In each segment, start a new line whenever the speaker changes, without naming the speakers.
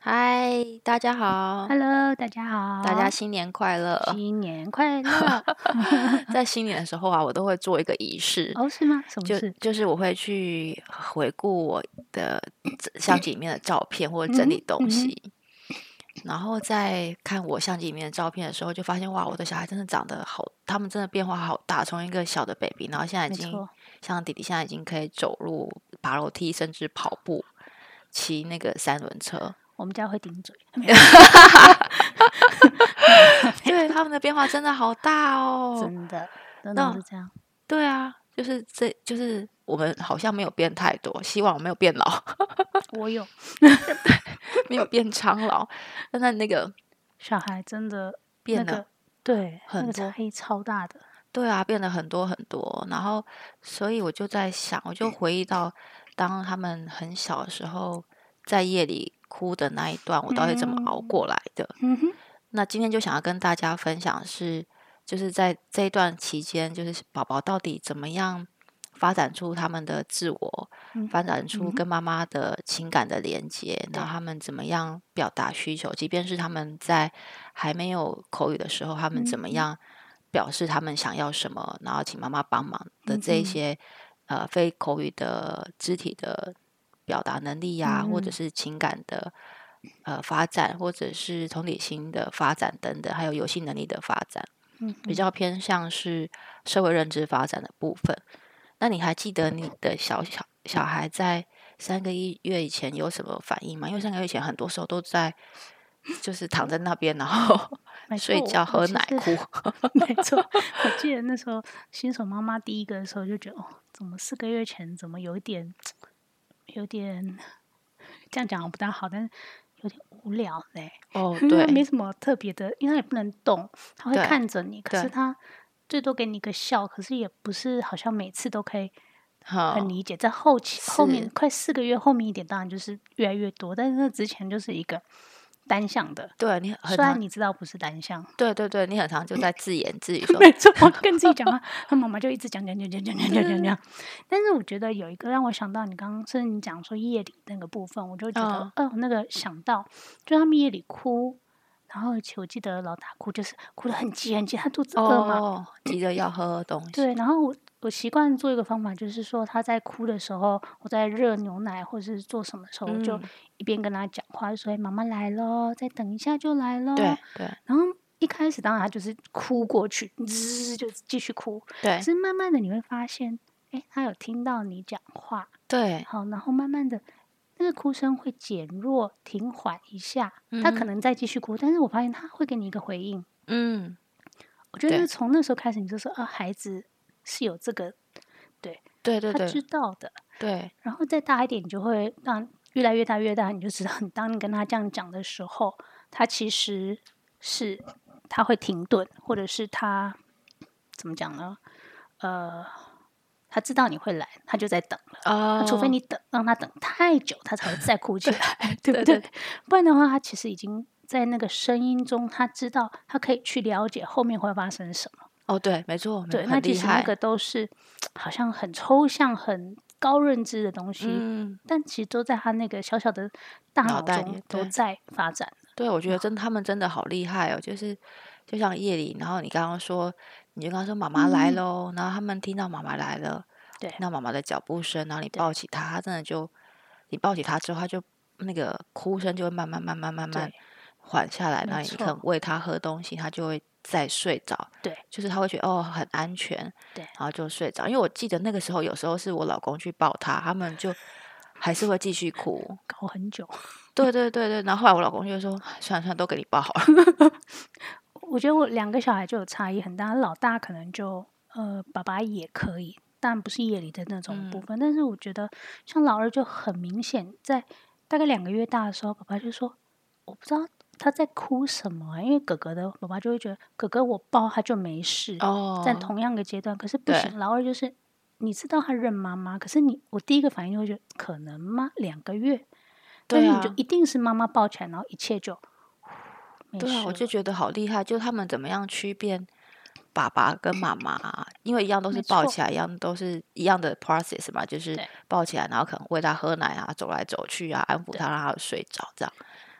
嗨，大家好，
Hello，大家好，
大家新年快乐！
新年 快乐！
在新年的时候啊，我都会做一个仪式，
哦，是吗？什么
就
事？
就是我会去回顾我的相机里面的照片，或者整理
嗯哼嗯
东
哼
西。然后在看我相机里面的照片的时候，就发现哇，我的小孩真的长得好，他们真的变化好大，从一个小的 baby，然后现在已
没
经
错，
像弟弟现在已经可以走路、爬楼梯，甚至跑步、骑那个三轮车。
我们家会顶嘴。
对，他们的变化真的好大哦。
真的，真
那
的是这样。
对啊，就是这就是我们好像没有变太多，希望我没有变老，
我有
没有变苍老。但是那 个
小孩，真的
变
那
得、
个对，那
很
个
多
差异超大的。
对啊，变得很多很多。然后，所以我就在想，我就回忆到当他们很小的时候，在夜里哭的那一段，我到底怎么熬
嗯
过来的？
嗯哼，
那今天就想要跟大家分享是，就是在这一段期间，就是宝宝到底怎么样发展出他们的自我，
嗯
发展出
嗯哼
跟妈妈的情感的连接，然后
对
他们怎么样表达需求，即便是他们在还没有口语的时候，他们怎么
嗯
样表示他们想要什么，然后请妈妈帮忙的这一
嗯哼
些、呃非口语的肢体的表达能力呀、或者
嗯
是情感的呃发展，或者是同理心的发展等等，还有游戏能力的发展，
嗯
比
哼，
较偏向是社会认知发展的部分。那你还记得你的小小小孩在三个一月以前有什么反应吗？因为三个月以前很多时候都在就是躺在那边，然后
没
睡
错
觉、
我
喝
其
奶、
实
哭。
没错，我记得那时候新手妈妈第一个的时候就觉得，哦，怎么四个月前怎么有一点，有点 这样讲好像不大好，但是有点无聊嘞、
哦，
因 为
对
它没什么特别的，因为它也不能动，它会
对
看着你，可
对
是它最多给你一个笑，可是也不是好像每次都可以
好
很理解。在后期后
哦是
面快四个月后面一点，当然就是越来越多，但是那之前就是一个单向的，
对你很
虽
常
然你知道不是单向，
对对对，你很常就在自言 自语说，
没错，我跟自 己讲话，他妈妈就一直讲讲讲讲讲讲讲讲讲。但是我觉得有一个让我想到你刚刚是你讲说夜里那个部分，我就觉得，哦、
嗯
那个想到就他们夜里哭，然后而且我记得老大哭就是哭得很急很急，他肚子饿嘛，
哦，急着要喝东西，
对。然后我我习惯做一个方法，就是说他在哭的时候，我在热牛奶或是做什么的时候，我就
嗯
一边跟他讲话，就说哎妈妈来咯，再等一下就来咯。
对对
然后一开始当然他就是哭过去，滋就继续哭。可
对
是慢慢的你会发现，哎，他有听到你讲话，
对，
好，然后慢慢的那个哭声会减弱、停缓一下，他可
嗯
能再继续哭，但是我发现他会给你一个回应。
嗯，
我觉得
对
那从那时候开始，你就说啊，孩子是有这个
对对
他
对
知道的。
对，
然后再大一点，你就会让越来越大越大，你就知道，你当你跟他这样讲的时候，他其实是他会停顿，或者是他怎么讲呢？呃，他知道你会来，他就在等了。
哦，
啊除非你等让他等太久，他才会再哭起来，对不
对
对？不然的话，他其实已经在那个声音中，他知道他可以去了解后面会发生什么。
哦，对，没错，没
对，那
很
其
厉
实那
害，
个都是好像很抽象、很高认知的东西，
嗯，
但其实都在他那个小小的大
脑
脑
袋
中
里
都
对
在发展。
对，我觉得真他们真的好厉害哦，就是就像夜里，然后你刚刚说，你就刚刚说妈妈来
嗯
喽，然后他们听到妈妈来了，
对
听到妈妈的脚步声，然后你
对
抱起他，他真的就你抱起他之后，他就那个哭声就会慢慢慢慢慢慢
对
缓下来，
没
然后你可
错
能喂他喝东西，他就会再睡着。
对，
就是他会觉得哦很安全，
对
然后就睡着。因为我记得那个时候，有时候是我老公去抱他，他们就还是会继续哭。
搞很久，
对对对对，然后后来我老公就说：“哎算了算了，都给你抱好了。
我觉得我两个小孩就有差异很大，老大可能就呃爸爸也可以，但不是夜里的那种
嗯
部分。但是我觉得像老二就很明显，在大概两个月大的时候，爸爸就说我不知道。他在哭什么啊、因为哥哥的爸爸就会觉得哥哥我抱他就没事，
哦
在同样的阶段，可是不
对
行。老二就是你知道他认妈妈，可是你我第一个反应就会觉得可能吗？两个月，但
对
是你就
啊
一定是妈妈抱起来，然后一切就呼没
对啊，
事
我就
了
觉得好厉害，就他们怎么样区辨爸爸跟妈妈啊，因为一样都是
没
抱
错
起来，一样都是一样的 process 嘛，就是
对
抱起来，然后可能喂他喝奶啊，走来走去啊，安抚
对
他，让他睡着这样。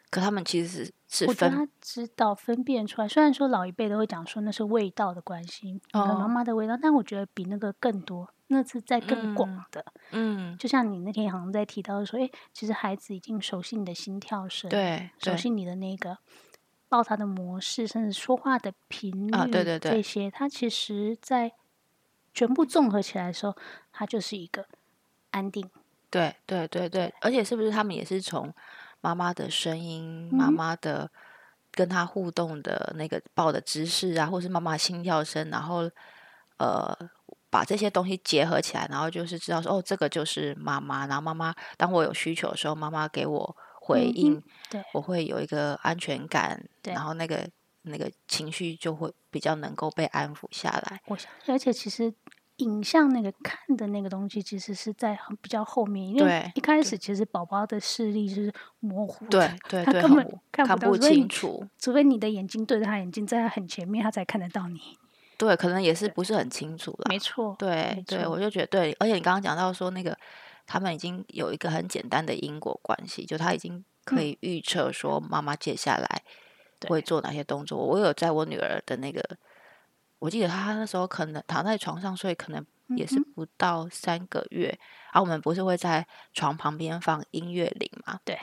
可他们其实是
我觉得
分
他知道分辨出来，虽然说老一辈都会讲说那是味道的关系，你的
哦
妈妈的味道，但我觉得比那个更多，那是在更
嗯
广的。
嗯，
就像你那天好像在提到说，诶，其实孩子已经熟悉你的心跳声，，
对
熟
对，
悉你的那个抱他的模式，甚至说话的频率，
啊对对对
这些他其实在全部综合起来的时候，他就是一个安定。
对对对对，而且是不是他们也是从妈妈的声音、
嗯
妈
哼
妈的跟她互动的那个抱的姿势啊，或是妈妈心跳声，然后呃把这些东西结合起来，然后就是知道说哦，这个就是妈妈。然后妈妈当我有需求的时候，妈妈给我回
嗯哼
应，
对
我会有一个安全感，
对
然后那个那个情绪就会比较能够被安抚下来。
我相信，而且其实影像那个看的那个东西，其实是在很比较后面，因为
对
一开始其实宝宝的视力是模糊的，
对对
他
对，
根
很
本
无
看
看
不到，
不
所以
清
你
楚。
除非你的眼睛对着他眼睛，在他很前面，他才看得到你。
对，可能也是
对
不是很清楚啦。
没错，
对
没
对，
错
我就觉得对，而且你刚刚讲到说那个，他们已经有一个很简单的因果关系，就他已经可
嗯
以预测说妈妈接下来
对
会做哪些动作。我有在我女儿的那个，我记得她那时候可能躺在床上睡，可能也是
嗯
不到三个月。啊，我们不是会在床旁边放音乐铃嘛？
对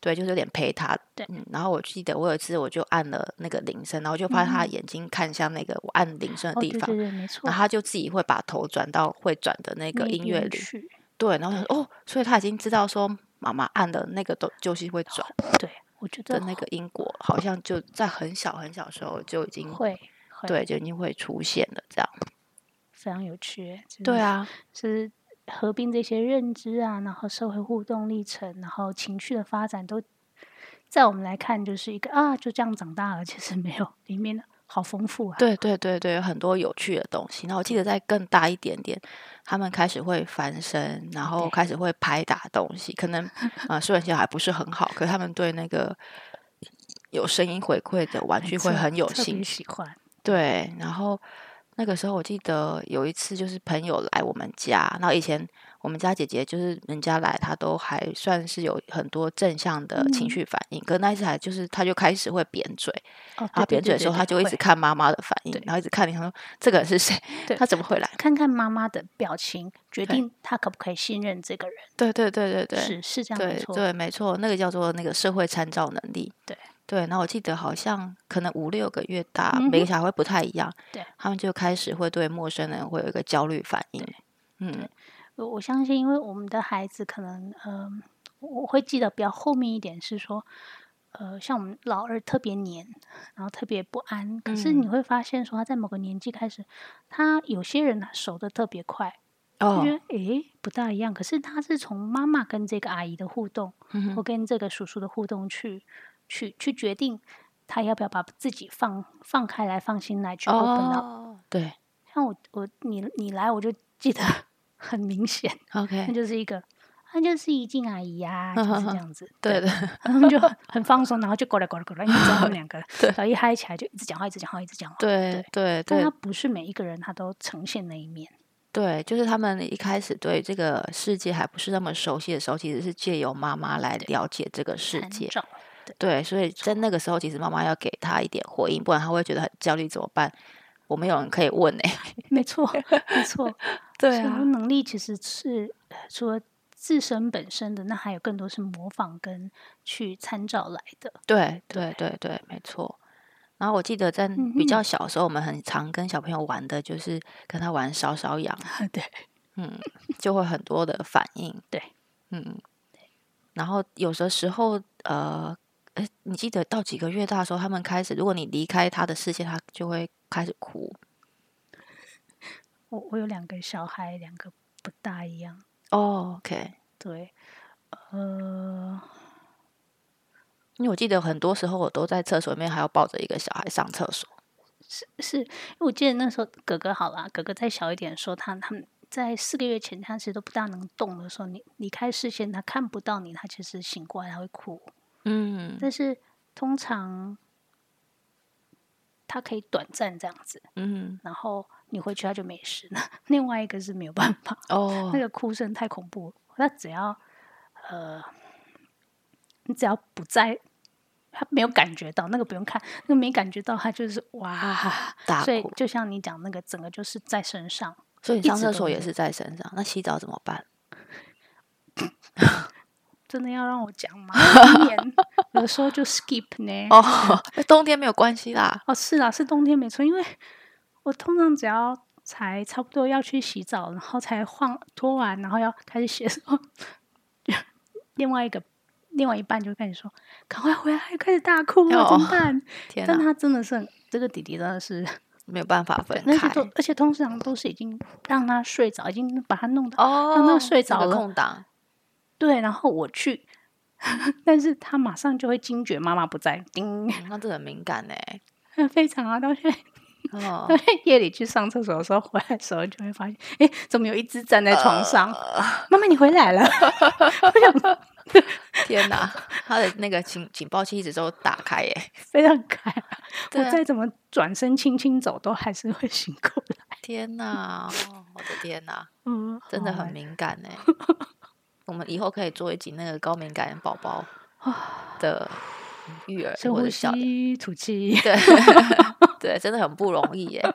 对，就是有点陪她。
对
嗯，然后我记得我有一次我就按了那个铃声，然后就发现她
嗯
眼睛看向那个我按铃声
哦，
的
对
地
对
方。
对，没错
然，后他就自己会把头转到会转的那个
那
音乐
边
里，
去，
对，然后想说哦，所以他已经知道说妈妈按的那个都就是会转
对我觉
的
得
那个因果，好像就在很小很小的时候就已经
会会
对就已经会出现了这样，
非常有趣，就是
对啊，
是呃合并这些认知啊，然后社会互动历程，然后情绪的发展，都在我们来看就是一个啊，就这样长大了，其实没有里面的好丰富啊。
对对对对，有很多有趣的东西。那我记得在更大一点点，他们开始会翻身，然后
对
开始会拍打东西。可 能呃，虽然小孩不是很好，可是他们对那个有声音回馈的玩
没
具会
错
很有
特
兴
别
趣。
喜欢，
对，然后那个时候我记得有一次就是朋友来我们家，然后以前我们家姐姐就是人家来，她都还算是有很多正向的情
嗯
绪反应，可那一次还就是她就开始会扁嘴，
哦，
然后
对
扁嘴
对对
的时候，
对
她
对
就一
会
直看妈妈的反应
对，
然后一直看你，想说这个人是谁，
对
她怎么会来？
看看妈妈的表情，决
对
定他可不可以信任这个人。
对 对对对对，
是是这样没
对
错。
对，没错，那个叫做那个社会参照能力。
对
对，那我记得好像可能五六个月大，
嗯
每个
哼
小孩会不太一样，
对，
他们就开始会对陌生人会有一个焦虑反应。嗯，
我我相信，因为我们的孩子可能，嗯、我我会记得比较后面一点是说，呃，像我们老二特别黏，然后特别不安。可是你
嗯
会发现说，他在某个年纪开始，他有些人他熟的特别快，就觉
哦，
得诶不大一样。可是他是从妈妈跟这个阿姨的互动，
嗯
或
哼
跟这个叔叔的互动去去去决定。他要不要把自己放放开来，放心来去 open up？、
哦，对
像我我你你来，我就记得 很明显，那
，OK，。
就是一个，他就是一静阿姨呀、就是这样子
对的，
然后他们就很 很放松，然后就过来过来过来，你知道他们两个
对
然后一嗨起来就一直讲话，一直讲话，一直讲话。
对对
但他
对
不是每一个人他都呈现那一面，
对，就是他们一开始对这个世界还不是那么熟悉的时候，其实是借由妈妈来了解这个世
参
界。
照。
对，所以在那个时候，其实妈妈要给他一点回应，不然他会觉得很焦虑，怎么办？我们有人可以问哎、
没错，没 错。
对啊
所以说能力其实是呃除了自身本身的，那还有更多是模仿跟去参照来 的。
对对对对，没错。然后我记得在比
嗯
较小的时候，我们很常跟小朋友玩的就是跟他玩搔搔痒，
对，
嗯，就会很多的反应。
对，
嗯。然后有的时候，呃，哎，你记得到几个月大的时候，他们开始，如果你离开他的视线，他就会开始哭。
我我有两个小孩，两个不大一样。
哦，OK。
对，呃，
因为我记得很多时候我都在厕所里面，还要抱着一个小孩上厕所。
是，因为我记得那时候哥哥好啦，哥哥再小一点说他他们在四个月前，他其实都不大能动的时候，你离开视线，他看不到你，他其实醒过来他会哭，
嗯
但是通常他可以短暂这样子，
嗯，
然后你回去他就没事了。 另外一个是没有办法，
哦
那，个哭声太恐怖了，他只要呃，你只要不在他没有感觉到，那个不用看，那个没感觉到，他就是哇，
大
啊所以
哭。
就像你讲那个，整个就是在身上，
所以
一
上
直
厕
都
所也
会
是在身上，那洗澡怎么办？
真的要让我 讲吗？今年有时候就 skip 呢。
哦，冬天没有关系啦。
哦，是啦，是冬天没错，因为我通常只要才差不多要去洗澡，然后才换脱完，然后要开始洗的时候， 另外一个另外一半就开始说：“赶快回来，开始大哭了，怎么
哦
办？”
天
但
哪，
他真的是很这个弟弟真的是，
没有办法分
那些
开。
都而且通常都是已经让他睡着，已经把他弄到
哦，
那睡
那个
着了
空档，
对，然后我去， 但是他马上就会惊觉妈妈不在，叮，
嗯那这很敏感呢。
非常啊，到现在
哦
到，现在夜里去上厕所的时候，回来的时候就会发现，哎，怎么有一只站在
呃
床上？ 妈妈，你回 来了。我想说
天哪，他的那个警警报器一直都打开耶。
非常开啊，
对
我
啊
再怎么转身轻轻走，都还是会醒过来。
天哪，哦我的天哪，
嗯，
真的
好
很
玩
敏感呢。我们以后可以做一集那个高敏感宝宝的育儿
哦深
或
呼
者小
吸，吐气。
对 对，真的很不容易耶。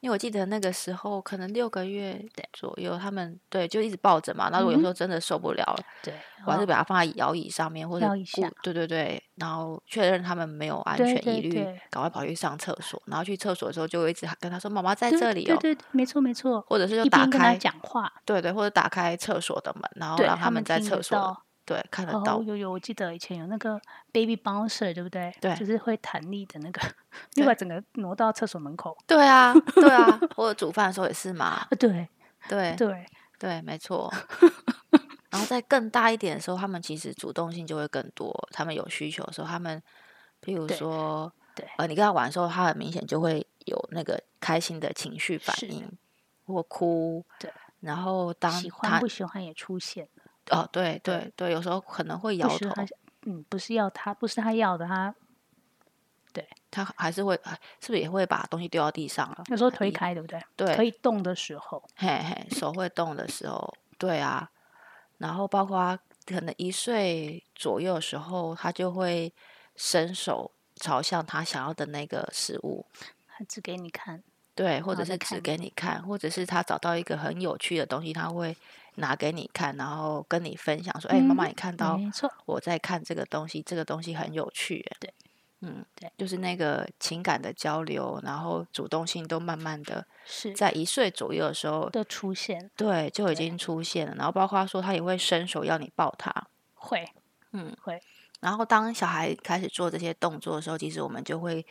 因为我记得那个时候可能六个月左右，他们对就一直抱着嘛。然后
嗯
我有时候真的受不了了，
对，
我还是把它放在摇椅上面或者
哦摇椅
固
下
对对对，然后确认他们没有安
对
全
对
疑虑
对，
赶快跑去上厕所。然后去厕所的时候就会一直跟他说：“妈妈在
对
这里
对
哦。
对，对没错没错。
或者是就
一
打
边跟他
开，
讲话，
对对，或者打开厕所的门，然后
对
让
他们
们在
听
厕
得
所
到
对看得到
哦，。有有，我记得以前有那个 baby bouncer，对不对？
对
就是会弹力的那个， 就把整个挪到厕所门口。
对啊，对 啊，或者煮饭的时候也是嘛，
啊，对
对
对，
对，没 错。然后在更大一点的时候，他们其实主动性就会更多。他们有需求的时候，他们譬如
对
说，
对
呃，你跟他玩的时候，他很明显就会有那个开心的情绪反
是的
应，或哭。
对。
然后当
喜欢
他
不喜欢也出现了，
哦，对对对，有时候可能会摇
不喜
头，
欢，嗯，不是要他，不是他要的，他
他还是会，哎是不是也会把东西丢到地上啊？
有时候推
一
开，对不对？
对
可以动的时候，
嘿嘿，手会动的时候，对啊，然后包括可能一岁左右的时候，他就会伸手朝向他想要的那个食物，
他指给你看，
对，或
然
者
后再
是指
看
给你看，或者是他找到一个很有趣的东西，他会拿给你看，然后跟你分享说：“哎、妈妈，
嗯
你看到
没错，
我在看这个东西，这个东西很有趣。”
对，
嗯，
对，
就是那个情感的交流，然后主动性都慢慢的
是
在一岁左右的时候
的出现
对，就已
对
经出现了。然后包括说他也会伸手要你抱他。
会，
嗯
会，
然后当小孩开始做这些动作的时候，其实我们就会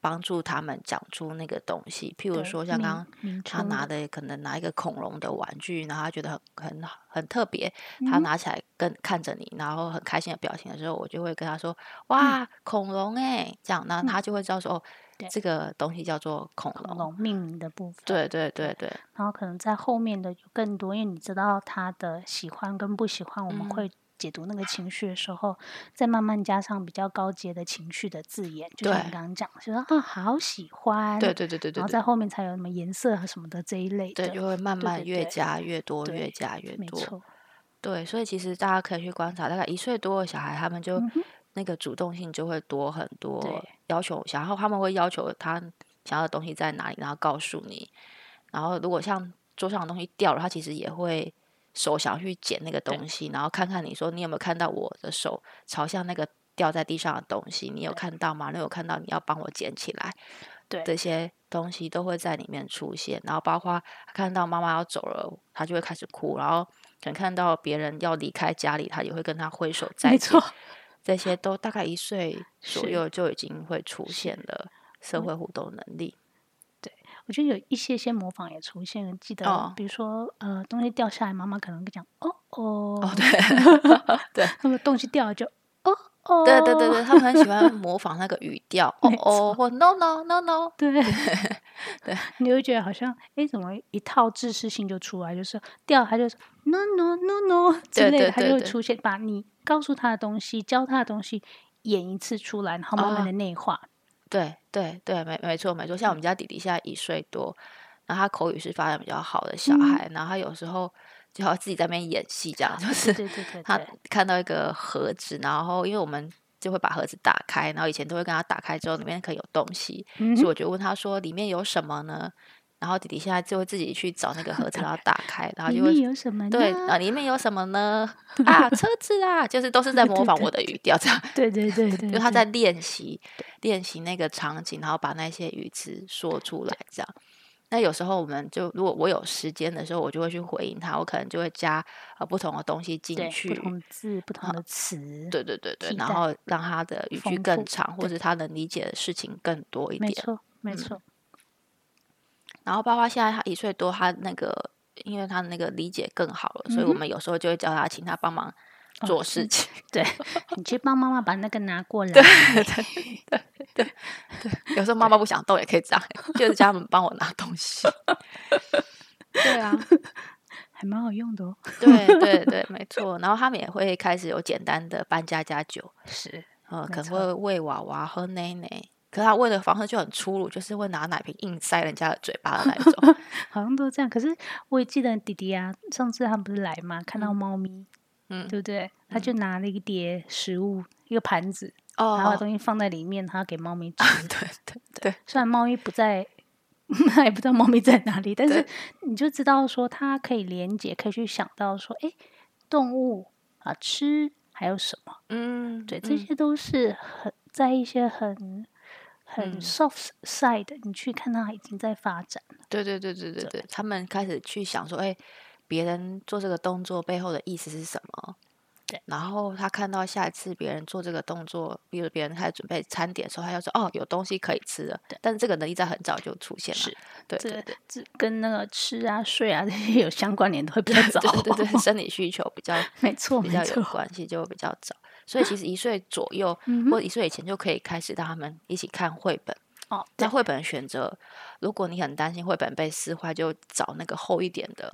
帮助他们讲出那个东西。譬如
对
说像
名
刚刚
名
他
称
拿
的
的可能拿一个恐龙的玩具，然后他觉得很很很特别，他
嗯
拿起来跟看着你，然后很开心的表情的时候，我就会跟他说：“哇，恐龙哎、这样，那
嗯
他就会知道说哦，
对
这个东西叫做恐
恐
龙。
龙命名的部分，
对对对对，
然后可能在后面的有更多，因为你知道他的喜欢跟不喜欢，我们
嗯
会解读那个情绪的时候，再慢慢加上比较高阶的情绪的字眼，就像
对
你刚刚讲，就说啊好喜欢，
对对对对对
然后
对
在后面才有什么颜色啊什么的这一类
对，
的，
就会慢
对
慢
对
越
对
加越多，
对
越加越
没
多。
错，
对，所以其实大家可以去观察，大概一岁多的小孩，他们就
嗯哼
那个主动性就会多很多
对，
要求，然后他们会要求他想要的东西在哪里，然后告诉你。然后如果像桌上的东西掉了，他其实也会手想要去捡那个
对
东西，然后看看你说你有没有看到我的手朝向那个掉在地上的东西，你有
对
看到吗？你有看到，你要帮我捡起来。这
对，
些东西都会在里面出现，然后包括他看到妈妈要走了，他就会开始哭，然后可能看到别人要离开家里，他也会跟他挥手再
没
见
错。，
这些都大概一 岁左
是
右就已经会出现了社
嗯
会互动能力。
我觉得有一些些模仿也出现了，记得、
哦
比如说呃东西掉下来，妈妈可能会讲哦哦，
哦，对 对
那么东西掉了就哦哦，
对对对对，他们很喜欢模仿那个语调，哦
没
哦，
错
或 no no no no，
对你会觉得好像哎，怎么一套知识性就出来，就是掉他就是 no no no no 之
对
类
对
的，他
对
就会
对
出现把你告诉他的东西、教他的东西演一次出来，然后慢慢
啊
的内化。嗯
对对对，没没错没错，像我们家弟弟现在一岁多，然后他口语是发展比较好的
嗯
小孩，然后他有时候就要自己在那边演戏，这样就
对
是
对对 对
他
对，
看到一个盒子，然后因为我们就会把盒子打开，然后以前都会跟他打开之后里面可能有东西，
嗯
所以我就问他说里面有什么呢？然后弟弟现在就会自己去找那个盒子，然后打开，然后
里
就会
面有什么呢？
啊对啊，里面有什么 呢？啊，车子啊，就是都是在模仿我的语调，这样，
对对对对，
就他
对
在练习练习那个场景，然后把那些语词说出来，这样。那有时候我们就如果我有时间的时候，我就会去回应他，我可能就会加呃不同的东西进
对
去嗯
不，同字、不同的词，
对对对对
替，
然
代
后让他的语句
丰
更
富
长，或
对
者他能理解的事情更多一
没
点。
错没
嗯
错，
然后包括现在他一岁多，他那个因为他那个理解更好了，所以我
嗯哼
们有时候就会叫他请他帮忙
哦
做事
是
情。
你去帮妈妈把那个拿过来。
有时候妈妈不想动也可以这样， 就是叫他们帮我拿东 西。对啊，
还蛮好用的哦。
对对 对，没错。然后他们也会开始有简单的搬家加酒，
是，
呃，
没
可能
错
会喂娃娃、喝奶奶。可是他喂的方式就很粗鲁，就是会拿奶瓶硬塞人家的嘴巴的 那种。
好像都这样。可是我也记得弟弟啊，上次他们不是来嘛，看到猫咪，
嗯
对不对？他就拿了一碟食物，一个盘子，然后把
哦，
东西放在里面，他给猫咪吃。
对 对对，
虽然猫咪不在， 他也不知道猫咪在哪里，但是你就知道说它可以连接，可以去想到说，哎，动物啊，吃还有什么？
嗯，
对，这
嗯
些都是很在一些很。很
嗯
soft side，、你去看它已经在发展了。
对对对对对对，他们开始去想说，哎、别人做这个动作背后的意思是什么？
对，
然后他看到下一次别人做这个动作，比如别人开始准备餐点的时候，他就说：“哦，有东西可以吃了。”但是这个能力在很早就出现了。
是
对，
这
对
个这跟那个吃啊、睡啊这些有相关联，都会比较早。
对对 对，生理需求比较
没错，
比
没
较有
错。
关系，就比较早。所以其实一岁左右、
嗯
或一岁以前就可以开始让他们一起看绘本。
哦，
那
对，
绘本的选择，如果你很担心绘本被撕坏，就找那个厚一点 的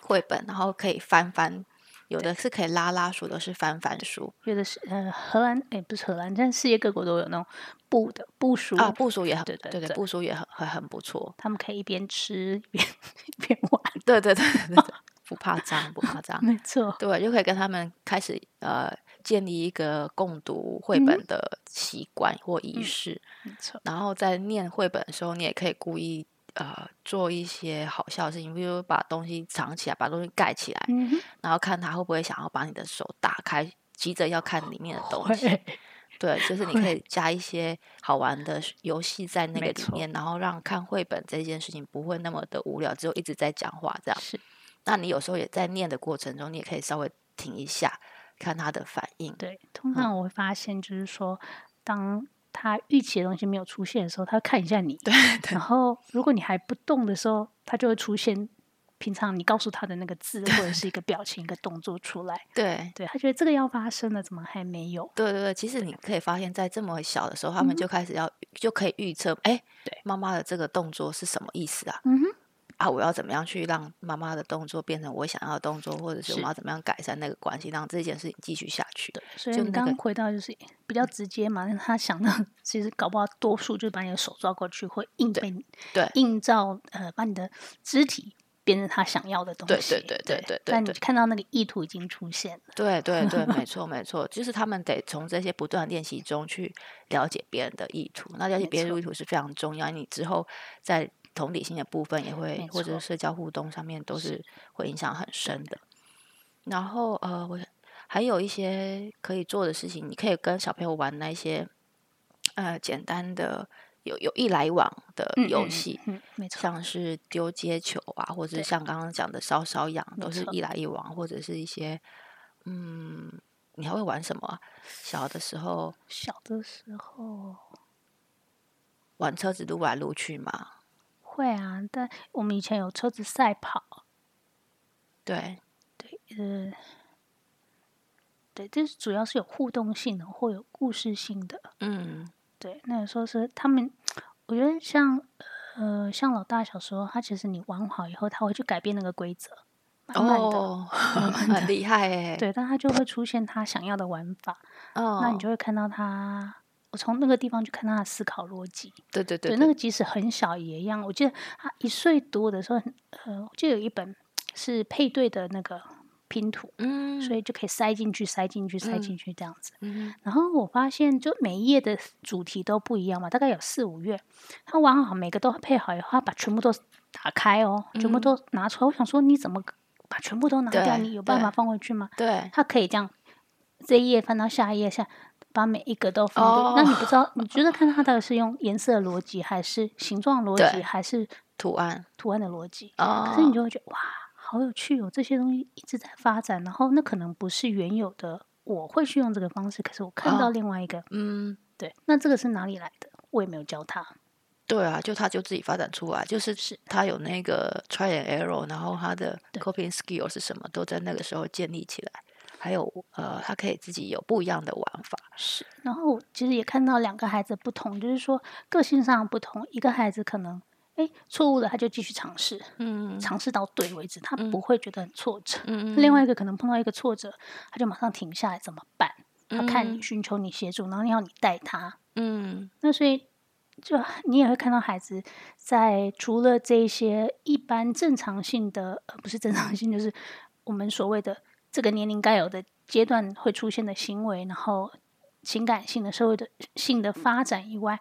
绘本，然后可以翻翻。有的是可以拉拉书，有的是翻翻书
有的是呃，荷兰哎，不是荷兰，但世界各国都有那种布的布书
啊，部署也很
对对
对
对
部署也很很很不错。
他们可以一边吃一边 一边 玩。
对对对对对， 不怕脏，不怕脏。
没错，
对，就可以跟他们开始呃建立一个共读绘
嗯
本的习惯或仪
嗯
式。
没错，
然后在念绘本的时候，你也可以故意呃做一些好笑的事情，比如把东西藏起来，把东西盖起来，
嗯哼，
然后看他会不会想要把你的手打开，急着要看里面的东西。
哦会，
对，就是你可以加一些好玩的是游戏在那个
没
里
错
面，然后让看绘本这件事情不会那么的无聊，只有一直在讲话这样。
是
那你有时候也在念的过程中，你也可以稍微停一下，看他的反应。
对。
嗯
通常我会发现，就是说，当他预期的东西没有出现的时候，他会看一下你，
对对
然后如果你还不动的时候，他就会出现平常你告诉他的那个字或者是一个表情、一个动作出来。
对
对他觉得这个要发生了，怎么还没有？
对对对，啊其实你可以发现，在这么小的时候，他们
嗯
就开始要就可以预测，哎
对，
妈妈的这个动作是什么意思啊？
嗯哼，
啊，我要怎么样去让妈妈的动作变成我想要的动作，或者是我
是
们要怎么样改善那个关系，让这件事情继续下去？
对。所以
就
你
那
刚
个
刚回到就是比较直接嘛，但是他想到其实搞不好多数就把你的手抓过去，会硬
对
被你
对
映照呃，把你的肢体变成他想要的东
对
西。
对对对对对
但你
对
看到那个意图已经出现了。
对对对， 没错没错，就是他们得从这些不断的练习中去了解别人的意图。那了解
没
别人的
错
意图是非常重要，你之后在同理心的部分也会
没，
或者
错
是社交互动上面都
是
是会影响很深的。然后呃，我还有一些可以做的事情，你可以跟小朋友玩那些呃简单的有有一来一往的
嗯
游
嗯
戏，
嗯嗯没错，
像是丢接球啊，或者是
对
像刚刚讲的烧烧痒，
没
都是
错
一来一往，或者是一些嗯，你还会玩什么啊、小的时候
小的时候
玩车子撸来撸去嘛，
会啊，但我们以前有车子赛跑，
对
呃，对，这是主要是有互动性的，或有故事性的。
嗯，
对，那个时候是他们，我觉得像呃，像老大小时候，他其实你玩好以后，他会去改变那个规则，慢慢的，
哦，很厉害哎、
对，但他就会出现他想要的玩法，
哦，
那你就会看到他。我从那个地方去看他的思考逻辑。
对对
对，
对，
那个即使很小也一样。我记得他一岁多的时候，呃，我记得有一本是配对的那个拼图，
嗯，
所以就可以塞进去、塞进去、塞
嗯
进去这样子。
嗯
然后我发现，就每一页的主题都不一样嘛，大概有四五页。他玩好每个都配好以后，他把全部都打开哦，全部
嗯
都拿出来。我想说，你怎么把全部都拿掉？
对
你有办
对
法放回去吗？
对，
他可以这样，这一页翻到下一页下，把每一个都放对。那你不知
哦
道，你觉得看他到底是用颜色的逻辑，还是形状的逻辑，
对
还是
图案
图案的逻辑？
哦，
可是你就会觉得哇，好有趣哦，这些东西一直在发展，然后那可能不是原有的，我会去用这个方式，可是我看到
哦
另外一个，
嗯，
对，那这个是哪里来的？我也没有教他，
对啊，就他就自己发展出来，就是
是
他有那个 try and error，然后他的
对
coping skill 是什么，都在那个时候建立起来。还有呃，他可以自己有不一样的玩法。
是。然后我其实也看到两个孩子不同，就是说个性上的不同，一个孩子可能。哎，错误了，他就继续尝试，
嗯
尝试到对为止，他
嗯
不会觉得很挫折。
嗯
另外一个可能碰到一个挫折，他就马上停下来，怎么办？他看你，
嗯
寻求你协助，然后要你带他，
嗯
那所以就你也会看到孩子在除了这一些一般正常性的，呃，不是正常性，就是我们所谓的这个年龄该有的阶段会出现的行为，然后情感性的、社会的性的发展以外，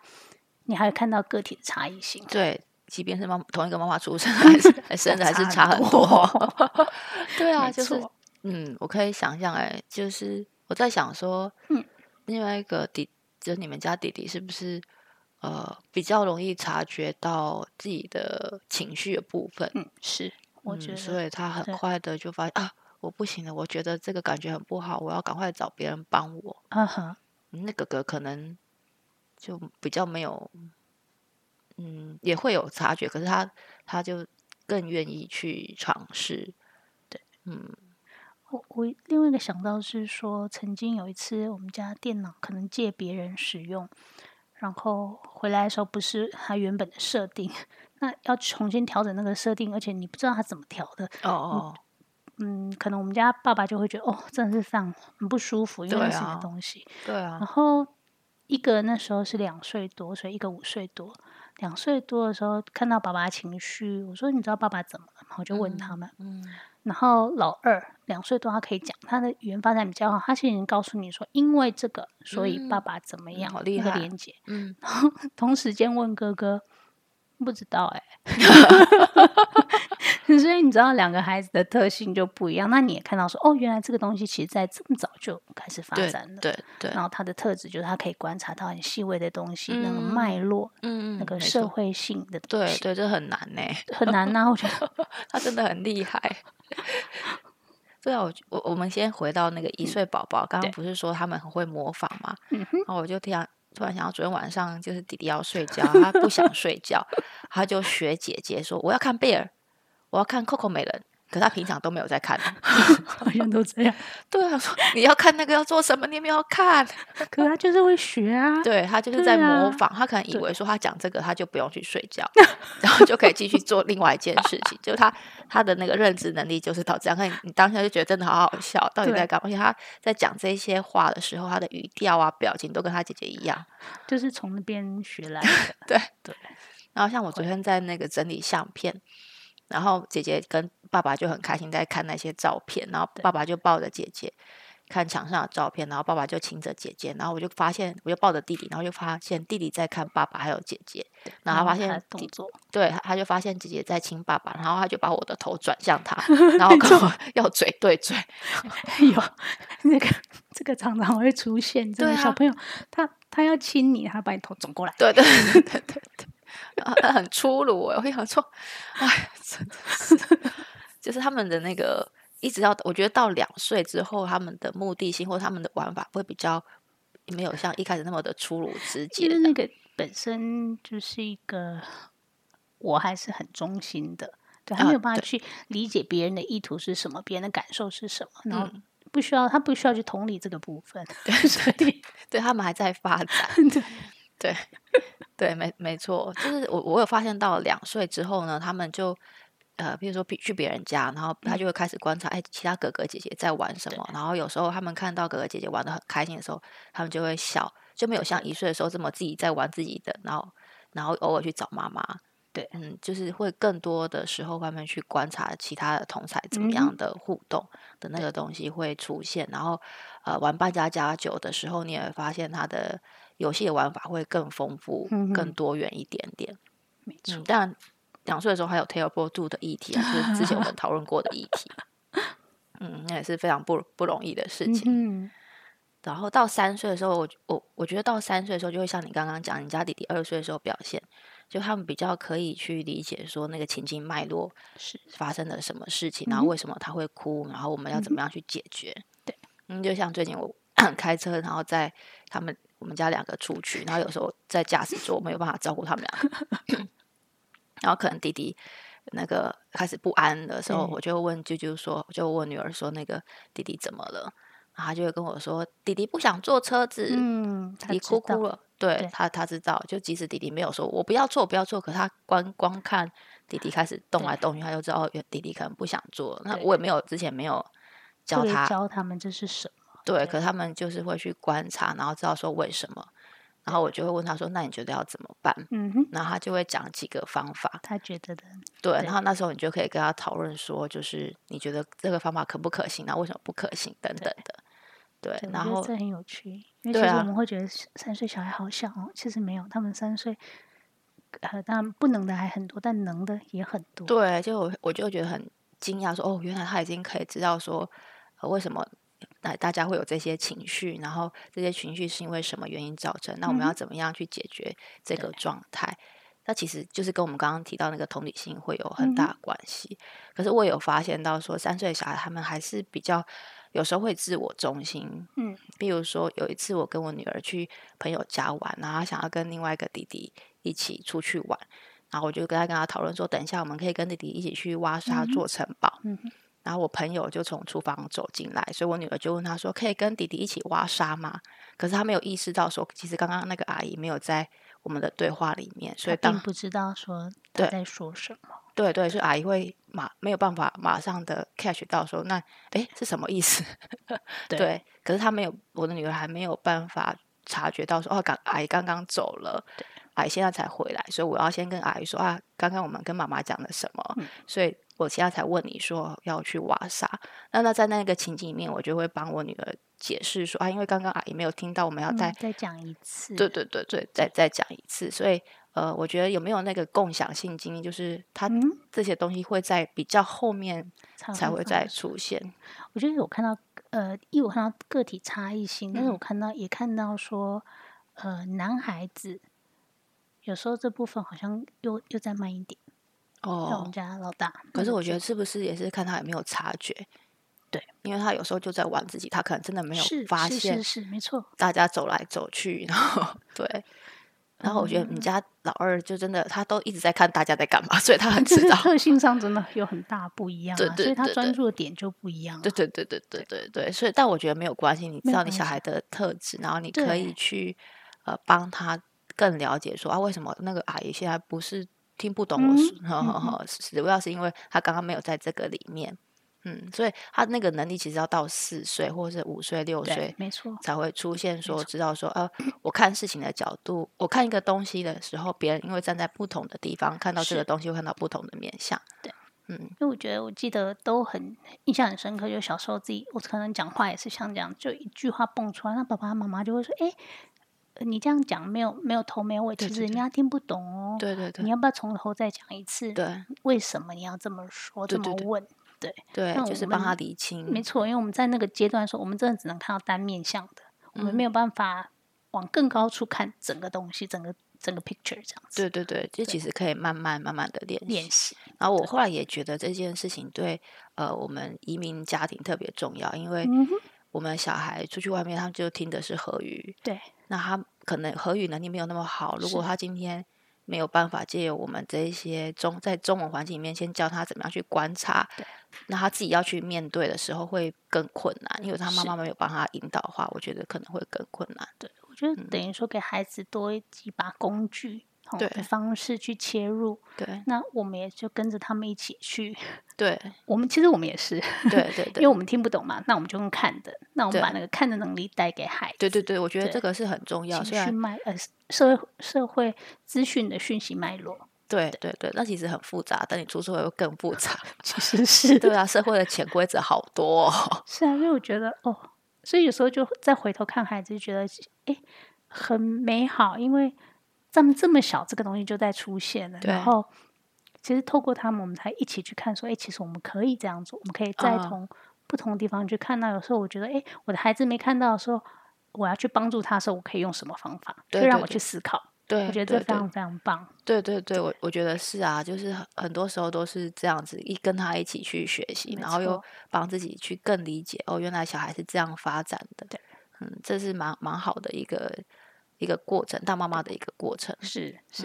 你还会看到个体的差异性。
对，即便是妈同一个妈妈出生，还是还生的还是
差
差
很
很多。对啊，
没
就是
错
嗯，我可以想象，哎，就是我在想说，
嗯，
另外一个弟，就是你们家弟弟是不是呃比较容易察觉到自己的情绪的部分？
嗯，是，我
嗯
觉得、
所以他
对
很快的就发现啊，我不行了，我觉得这个感觉很不好，我要赶快找别人帮我。
啊哈，
那哥哥可能就比较没有，嗯，也会有察觉，可是他他就更愿意去尝试。
对，
嗯
我我另外一个想到是说，曾经有一次我们家电脑可能借别人使用，然后回来的时候不是它原本的设定，那要重新调整那个设定，而且你不知道它怎么调的，
哦哦，
嗯，可能我们家爸爸就会觉得哦，真的是非常很不舒服，因为
对
那是你的
啊
东西。
对啊
然，后一个那时候是两岁多，所以一个五岁多。两岁多的时候看到爸爸情绪，我说你知道爸爸怎么了吗？我就问他们，
嗯
然后老二两岁多，他可以讲，他的语言发展比较好，他其实已经告诉你说，因为这个，所以
嗯
爸爸怎么
嗯
样，
好厉
那个
害
连接。
嗯，
同时间问哥哥，不知道 哎、所以你知道两个孩子的特性就不一样，那你也看到说，哦，原来这个东西其实在这么早就开始发
对
展嗯了。
对对，
然后他的特质就是他可以观察到很细微的东西，那个
嗯
脉络、
嗯
那个
没
社
错
会性的东
对
西，
对，这很难 呢、
很难呐、我觉 得
他真的很厉害。 对啊，我我我们先回到那个一岁宝宝，刚刚
对
不是说他们很会模仿吗？
嗯哼
然后我就突然突然想到，昨天晚上就是弟弟要睡觉，他不想睡觉，他就学姐姐说我要看贝尔，我要看 Coco 美人，可他平常都没有在 看。
好像都这样。
对啊，说你要看那个要做什么，你也没有看。
可他就是会学啊，
对他就是
对
在
啊
模仿，他可能以
对
为说他讲这个，他就不用去睡 觉，然后就可以继续做另外一件事情。就他他的那个认知能力就是到这样，看你你当下就觉得真的好好笑，到底
对
在干嘛？而且他在讲这些话的时候，他的语调啊、表情都跟他姐姐一样。
就是从那边学来的。
对
对，
然后像我昨天在那个整理相片，然后姐姐跟爸爸就很开心在看那些照片，然后
对
爸爸就抱着姐姐看墙上的照片，然后爸爸就亲着姐姐，然后我就发现我就抱着弟弟，然后就发现弟弟在看爸爸还有姐姐，然后
后
发
他
现
的动
弟
作，
对，他他就发现姐姐在亲爸爸，然后他就把我的头转向他，然后跟我要嘴对嘴，
有那个这个常常会出现，这
对
个
啊
小朋友他他要亲你，他把你头转过来，
对 对对对对对，然后他很粗鲁欸，我会想说，哎，真的是， 就是他们的那个，一直到我觉得到两岁之后，他们的目的性或他们的玩法会比较没有像一开始那么的粗鲁直接
因为
的，
那个本身就是一个，我还是很忠心的，对他
啊
没有办法
对
去理解别人的意图是什么，别人的感受是什么，然后
嗯
不需要他不需要去同理这个部分， 所以
对他们还在发展，
对
对对，没没错，就是我我有发现到两岁之后呢，他们就。呃，比如说比去别人家，然后他
嗯
就会开始观察，哎，其他哥哥姐姐在玩什么。然后有时候他们看到哥哥姐姐玩的很开心的时候，他们就会笑，就没有像一岁的时候这么自己在玩自己的，然后然后偶尔去找妈妈。
对
嗯，就是会更多的时候外面去观察其他的同才
嗯
怎么样的互动的那个东西会出现，然后呃玩扮家家酒的时候，你也会发现它的游戏的玩法会更丰富、
嗯哼
更多元一点点。
没错
嗯，，当然两岁的时候还有 terrible two 的议题啊，就是之前我们讨论过的议 题。嗯，那也是非常不不容易的事
嗯
情。
哼，
然后到三岁的时候，我我我觉得到三岁的时候，就会像你刚刚讲，你家弟弟二岁的时候表现，就他们比较可以去理解说那个情境脉络
是嗯
发生了什么事情，然后为什么他会哭，然后我们要怎么样去解决。
对，
嗯，就像最近我 开车，然后在他们我们家两个出去，然后有时候在驾驶座没有办法照顾他们两个， 然后可能弟弟。那个开始不安的时候，
对
我就会问啾啾说，我就问我女儿说，那个弟弟怎么了？然后他就会跟我说，弟弟不想坐车子，
嗯，他
你
知
哭
道
哭了，对
对
他他知道，就即使弟弟没有说我不要做不要做，可他光光看弟弟开始动来动去，他就知道哦，原弟弟可能不想做。那
对
我也没有之前没有教
特别
他，
教他们这是什么，
对，
对
可他们就是会去观察，然后知道说为什么，然后我就会问他说，那你觉得要怎么办？
嗯哼，
然后他就会讲几个方法，
他觉得的，
对，
对
然后那时候你就可以跟他讨论说，就是你觉得这个方法可不可行，然后为什么不可行等等的，对，
对，我
然
觉得
后
这很有趣，因为
对
其实
啊
我们会觉得三岁小孩好小哦，其实没有，他们三岁，呃，当然不能的还很多，但能的也很多，
对，就我我就觉得很惊讶，说哦，原来他已经可以知道说、呃为什么大大家会有这些情绪，然后这些情绪是因为什么原因造成，那我们
嗯
要
哼
怎么样去解决这个
对
状态？那其实就是跟我们刚刚提到那个同理心会有
嗯
很
哼
大的关系。可是我有发现到说，三岁的小孩他们还是比较有时候会自我中心。
嗯，
比如说有一次我跟我女儿去朋友家玩，然后她想要跟另外一个弟弟一起出去玩，然后我就跟他跟他讨论说，等一下我们可以跟弟弟一起去挖沙
嗯哼
做城堡。
嗯哼，
然后我朋友就从厨房走进来，所以我女儿就问他说：“可以跟弟弟一起挖沙吗？”可是他没有意识到说，其实刚刚那个阿姨没有在我们的对话里面，所
他
以当
并不知道说他
对
在说什么，
对对，所以阿姨会马没有办法马上的 catch 到说那诶是什么意思？
对
可是她没有我的女儿还没有办法察觉到说哦，刚阿姨刚刚走了，阿姨现在才回来，所以我要先跟阿姨说啊，刚刚我们跟妈妈讲了什么，
嗯
所以我现在才问你说要去挖沙。那那在那个情景里面，我就会帮我女儿解释说啊，因为刚刚阿姨没有听到我们要
嗯
带
再讲一次，
对对对对，再再讲一次。所以呃，我觉得有没有那个共享性经历，就是它
嗯，
这些东西会在比较后面才会
放
再
手
出现。
我觉得有看到，呃，一我看到个体差异性，但是
嗯
我看到也看到说，呃，男孩子有时候这部分好像又又再慢一点，像我们
哦，
家老大。
可是我觉得
得
是不是也是看他有没有察觉？
嗯对，
因为他有时候就在玩自己，他可能真的没有
是
发
是
现
是是没错，
大家走来走去，然后对。然后我觉得
哦
你家老二就真的，他都一直在看大家在干嘛，所以他很
这
啊知
个
道。
特性上真的有很大不一样、啊，
对对
所以他
对
专
对
注的点就不一样、啊。
对对对对对对对，所以但我觉得没有关系，你知
没有
道你
关
小
系
孩的特质，然后你可以
对
去呃帮他更了解说啊，为什么那个阿姨现在不是听不懂我
嗯
说，呵呵
嗯
呵，主要是因为她刚刚没有在这个里面，嗯，所以她那个能力其实要到四岁或者是五岁六岁
对，没错，
才会出现说
错
知道说呃，我看事情的角度，我看一个东西的时候，别人因为站在不同的地方看到这
是
个东西，会看到不同的面相，
对，
嗯，
因为我觉得我记得都很印象很深刻，就小时候自己，我可能讲话也是像这样，就一句话蹦出来，那爸爸妈妈就会说：“哎、呃你这样讲没有没有头没有尾，
对
其
对
实人
对
家听不懂哦。
对对
你
对
要不要从头再讲一次？
对
为什么你要这么说，
对
这
对
么
对嗯
问？
对
那，
就
我
是帮他
们
理清，
没错，因为我们在那个阶段的时候，我们真的只能看到单面向的，我
嗯
们没有办法往更高处看整个东西，整个整个 picture 这样子。
对对对，这其实可以慢慢慢慢的练
练
习。
习，
然后我后来也觉得这件事情对呃我们移民家庭特别重要，因为
嗯哼，
我们小孩出去外面，他们就听的是荷语，
对，
那他可能荷语能力没有那么好，如果
是
他今天没有办法借由我们这一些中在中文环境里面先教他怎么样去观察
对，
那他自己要去面对的时候会更困难，因为他妈
是
妈没有帮他引导的话，我觉得可能会更困难。
我觉得等于说给孩子多一几把工具，
嗯
哦
对
的方式去切入，
对
那我们也就跟着他们一起去。
对
我们其实我们也是，
对对
因为
对
我们听不懂嘛，那我们就用看的，那我
对
们把那个看的能力带给孩子，
对对对，我觉得
对
这个是很重要。虽
情绪
然
脉呃社会社会资讯的讯息脉络，
对对对，那其实很复杂，但你出社会会更复杂。
其实是
对啊，社会的潜规则好多、哦。
是啊，因为我觉得哦，所以有时候就再回头看孩子，就觉得诶很美好，因为他们这么小，这个东西就在出现了。
对
然后，其实透过他们，我们才一起去看说，诶，其实我们可以这样做，我们可以再
嗯
从不同地方去看到。有时候我觉得，诶，我的孩子没看到的时候，我要去帮助他的时候，我可以用什么方法，
对
就让
对
我
对
去思考。
对，
我觉得
对
这非
对嗯
常非常棒。
对对对，我我觉得是啊，就是很很多时候都是这样子，一跟他一起去学习，
没
然后又
错
帮自己去更理解哦，原来小孩是这样发展的。
对，
嗯，这是蛮蛮好的一个一个过程，当妈妈的一个过程。
是是，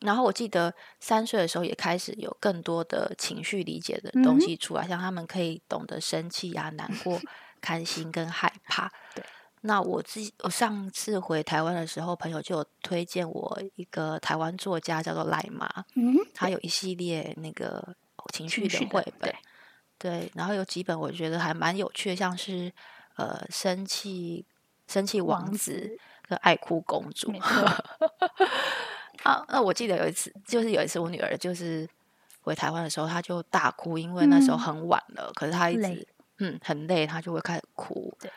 然后我记得三岁的时候也开始有更多的情绪理解的
嗯
东
哼
西出来，像他们可以懂得生气啊、难 过、开心跟害怕。
对。
那我自己，我上次回台湾的时候，朋友就有推荐我一个台湾作家叫做赖妈，
嗯，
他有一系列那个情绪
情
的
绪
绘
的
本
对，
对，然后有几本我觉得还蛮有趣的，像是呃生气生气王
王
子跟爱哭公主
没错
啊。那我记得有一次，就是有一次我女儿就是回台湾的时候，她就大哭，因为那时候
嗯
很晚了，可是她一
累
直嗯很累，她就会开始哭。
对，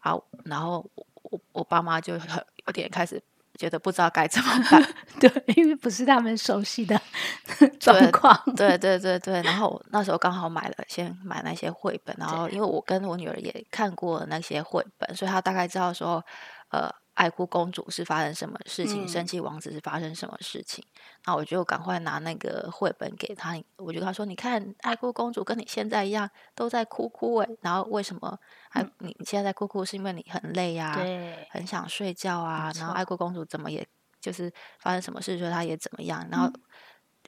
啊，然后我我我爸妈就很有点开始觉得不知道该怎么办，
对，因为不是他们熟悉的 状况。
对对对对，然后那时候刚好买了，先买那些绘本，然
对
后因为我跟我女儿也看过那些绘本，所以她大概知道说，呃，爱哭公主是发生什么事情，生
嗯
气王子是发生什么事情。那我就赶快拿那个绘本给她，我就跟她说，你看爱哭公主跟你现在一样都在哭哭诶、然后为什么还、
嗯
你现在在哭哭是因为你很累呀、
对，
很想睡觉啊，然后
错
爱国公主怎么也就是发生什么事，所以她也怎么样。然后
嗯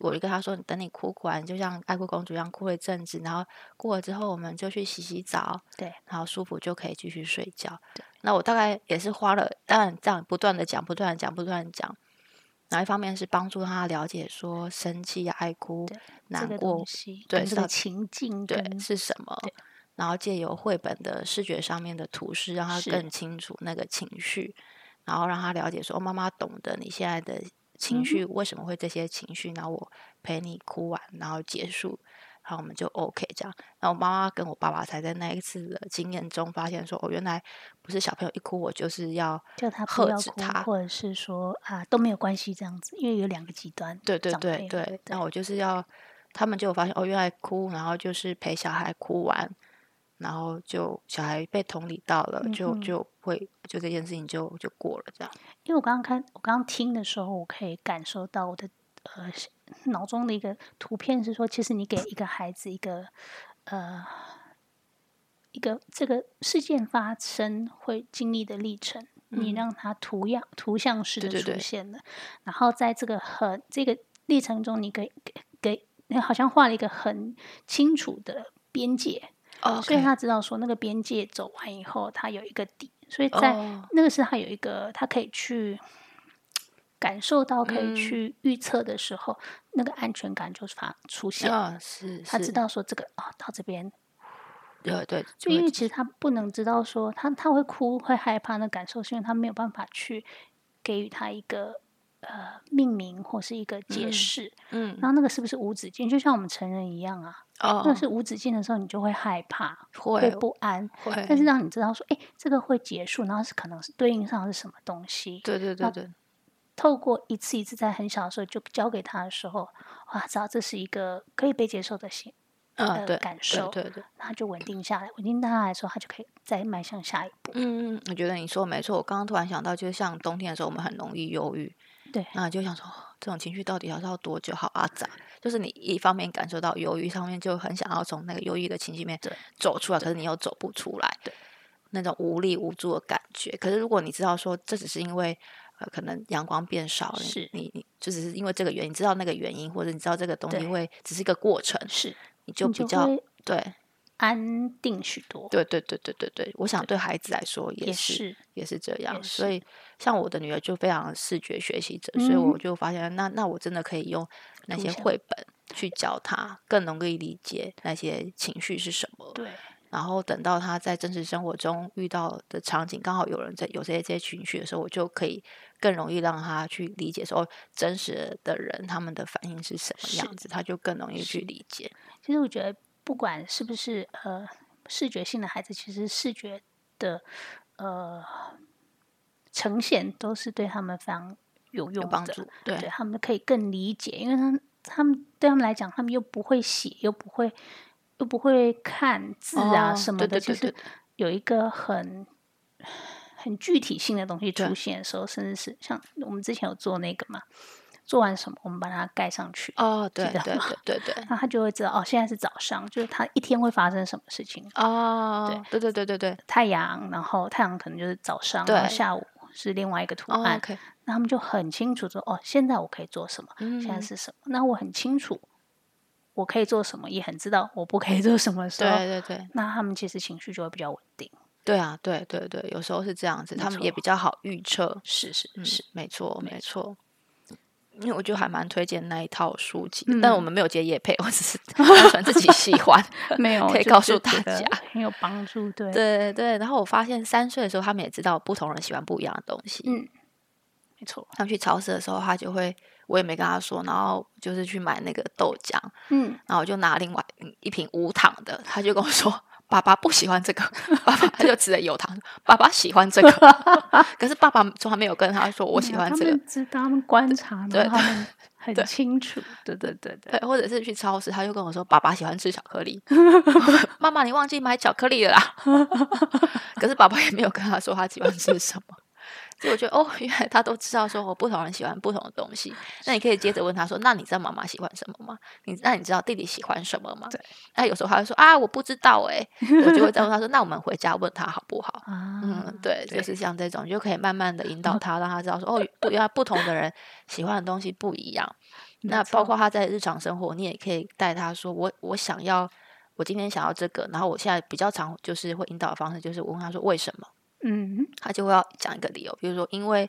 我就跟她说：“你等你哭完，就像爱国公主一样哭了一阵子，然后过了之后，我们就去洗洗澡，
对，
然后舒服就可以继续睡觉。
对”
那我大概也是花了，当然这样不断的讲，不断的讲，不断的讲。然后一方面是帮助她了解说生气呀、爱哭、
对
难
这个
过
东西
对
跟
是
这
到
个情境
对
跟
是什么
嗯对，
然后借由绘本的视觉上面的图示，让他
是
更清楚那个情绪，然后让他了解说，哦妈妈懂得你现在的
嗯
情绪、为什么会这些情绪，然后我陪你哭完，然后结束。然后我们就 OK 这样，然后妈妈跟我爸爸才在那一次的经验中发现说，哦，原来不是小朋友一哭我就是要
叫他
呵
不要
斥
哭，
他
或者是说啊都没有关系这样子，因为有两个极端。
对对
长
对
辈嘛
对，那我就是要，他们就有发现哦，原来哭，然后就是陪小孩哭完，然后就小孩被同理到了，就
嗯哼
就会就这件事情就就过了这样。
因为我刚刚看，我刚刚听的时候，我可以感受到我的呃是脑中的一个图片是说，其实你给一个孩子一个呃一个这个事件发生会经历的历程，你
嗯
让他图样图像式
对
的
对对
出现了，然后在这个很这个历程中，你给给给你好像画了一个很清楚的边界，
哦
所以他知道说那个边界走完以后，他有一个底，所以在
哦
那个是他有一个他可以去感受到、可
嗯
以去预测的时候，那个安全感就是发出现。
啊是，
他
是
知，道说这个啊、到这边，
对对，
就
就
因
会
为其实他不能知道说他他会哭会害怕的感受，是因为他没有办法去给予他一个呃命名或是一个解
嗯
释。
嗯
然后那个是不是无止境？就像我们成人一样啊，那
哦
是无止境的时候，你就会害怕，会
会
不安，
会，
但是让你知道说，哎，这个会结束，然后是可能是对应上是什么东西。
对对对
那
对
透过一次一次在很小的时候就教给他的时候，哇，知道这是一个可以被接受的心，
啊
呃
对
感
对
受
对对。
那他就稳定下来。稳定下来的时候，他就可以再迈向下一步。
嗯嗯，我觉得你说得没错。我刚刚突然想到，就是像冬天的时候，我们很容易忧郁，
对
然后你就想说，这种情绪到底要到多久好阿杂？就是你一方面感受到忧郁，上面就很想要从那个忧郁的情绪里面
对
走出来，可是你又走不出来，
对，
那种无力无助的感觉。可是如果你知道说，这只是因为呃，可能阳光变少了，
是
你你就只是因为这个原因，你知道那个原因，或者你知道这个东西
对
会只是一个过程，
是，
你就
你
比
就
较
会
对
安定许多，
对对对对对对，我想对孩子来说也
也
是
是
也是这样。
也
所
是
以像我的女儿就非常视觉学习者，所以我
嗯
就发现，那那我真的可以用那
图
些
像
绘本去教她，更容易理解那些情绪是什么。
对，
然后等到她在真实生活中遇到的场景，刚好有人在有这些这些情绪的时候，我就可以更容易让她去理解说，哦真实的人他们的反应是什么
是
样子，她就更容易去理解。
其实我觉得，不管是不是呃视觉性的孩子，其实视觉的呃呈现都是对他们非常有用
有
的，
帮助，对
对他们可以更理解，因为他们他们对他们来讲，他们又不会写，又不会又不会看字啊
哦
什么
对对
的，
对
就是
对
有一个很很具体性的东西
对
出现的时候，甚至是像我们之前有做那个嘛，做完什么我们把它盖上去，
哦，对
记得
对
吗
对对对，
那他就会知道哦，现在是早上，就是他一天会发生什么事情。
哦，对对对对对，
太阳，然后太阳可能就是早上，然后
对
下午是另外一个图
哦
案，
，OK，
那他们就很清楚说哦，现在我可以做什么，
嗯，
现在是什么，那我很清楚我可以做什么，也很知道我不可以做什么的时
对
候，
对对
那他们其实情绪就会比较稳定。
对啊，对对对，有时候是这样子，
没
他们也
错
比较好预测，
是是
嗯
是，，
没错
没
没错。因为我就还蛮推荐那一套书籍的，但我
嗯
们没有接业配， 我只 是单纯自己喜欢。
没有
可以
就
告
是
诉大
觉得
家
很有帮助，对，
对对，然后我发现三岁的时候，他们也知道不同人喜欢不一样的东西。
嗯，没错，
他们去超市的时候，他就会，我也没跟他说，然后就是去买那个豆浆，
嗯，
然后我就拿另外一瓶无糖的，他就跟我说：“爸爸不喜欢这个，爸爸他就吃了有糖，爸爸喜欢这个。 ”可是爸爸从来没有跟他说我
没
喜
有
欢
他
这个
们，知道，他们观察，
对
然后他们很
对
清楚，对对对对，
对，或者是去超市，他就跟我说：“爸爸喜欢吃巧克力， 妈妈你忘记买巧克力了啦。” 可是爸爸也没有跟他说他喜欢吃什么。所以我觉得哦，原来他都知道，说我不同人喜欢不同的东西。那你可以接着问他说：“那你知道妈妈喜欢什么吗？你那你知道弟弟喜欢什么吗？”
对。
那有时候他会说：“啊，我不知道哎、我就会再问他说：“那我们回家问他好不好？”
啊，
嗯，对，就
对嗯
是像这种，你就可以慢慢的引导他，让他知道说：“哦，不，原来不同的人喜欢的东西不一样。”
没
那包
错
括他在日常生活，你也可以带他说：“我我想要，我今天想要这个。”然后我现在比较常就是会引导的方式，就是我问他说：“为什么？”
嗯，
他就会要讲一个理由，比如说因为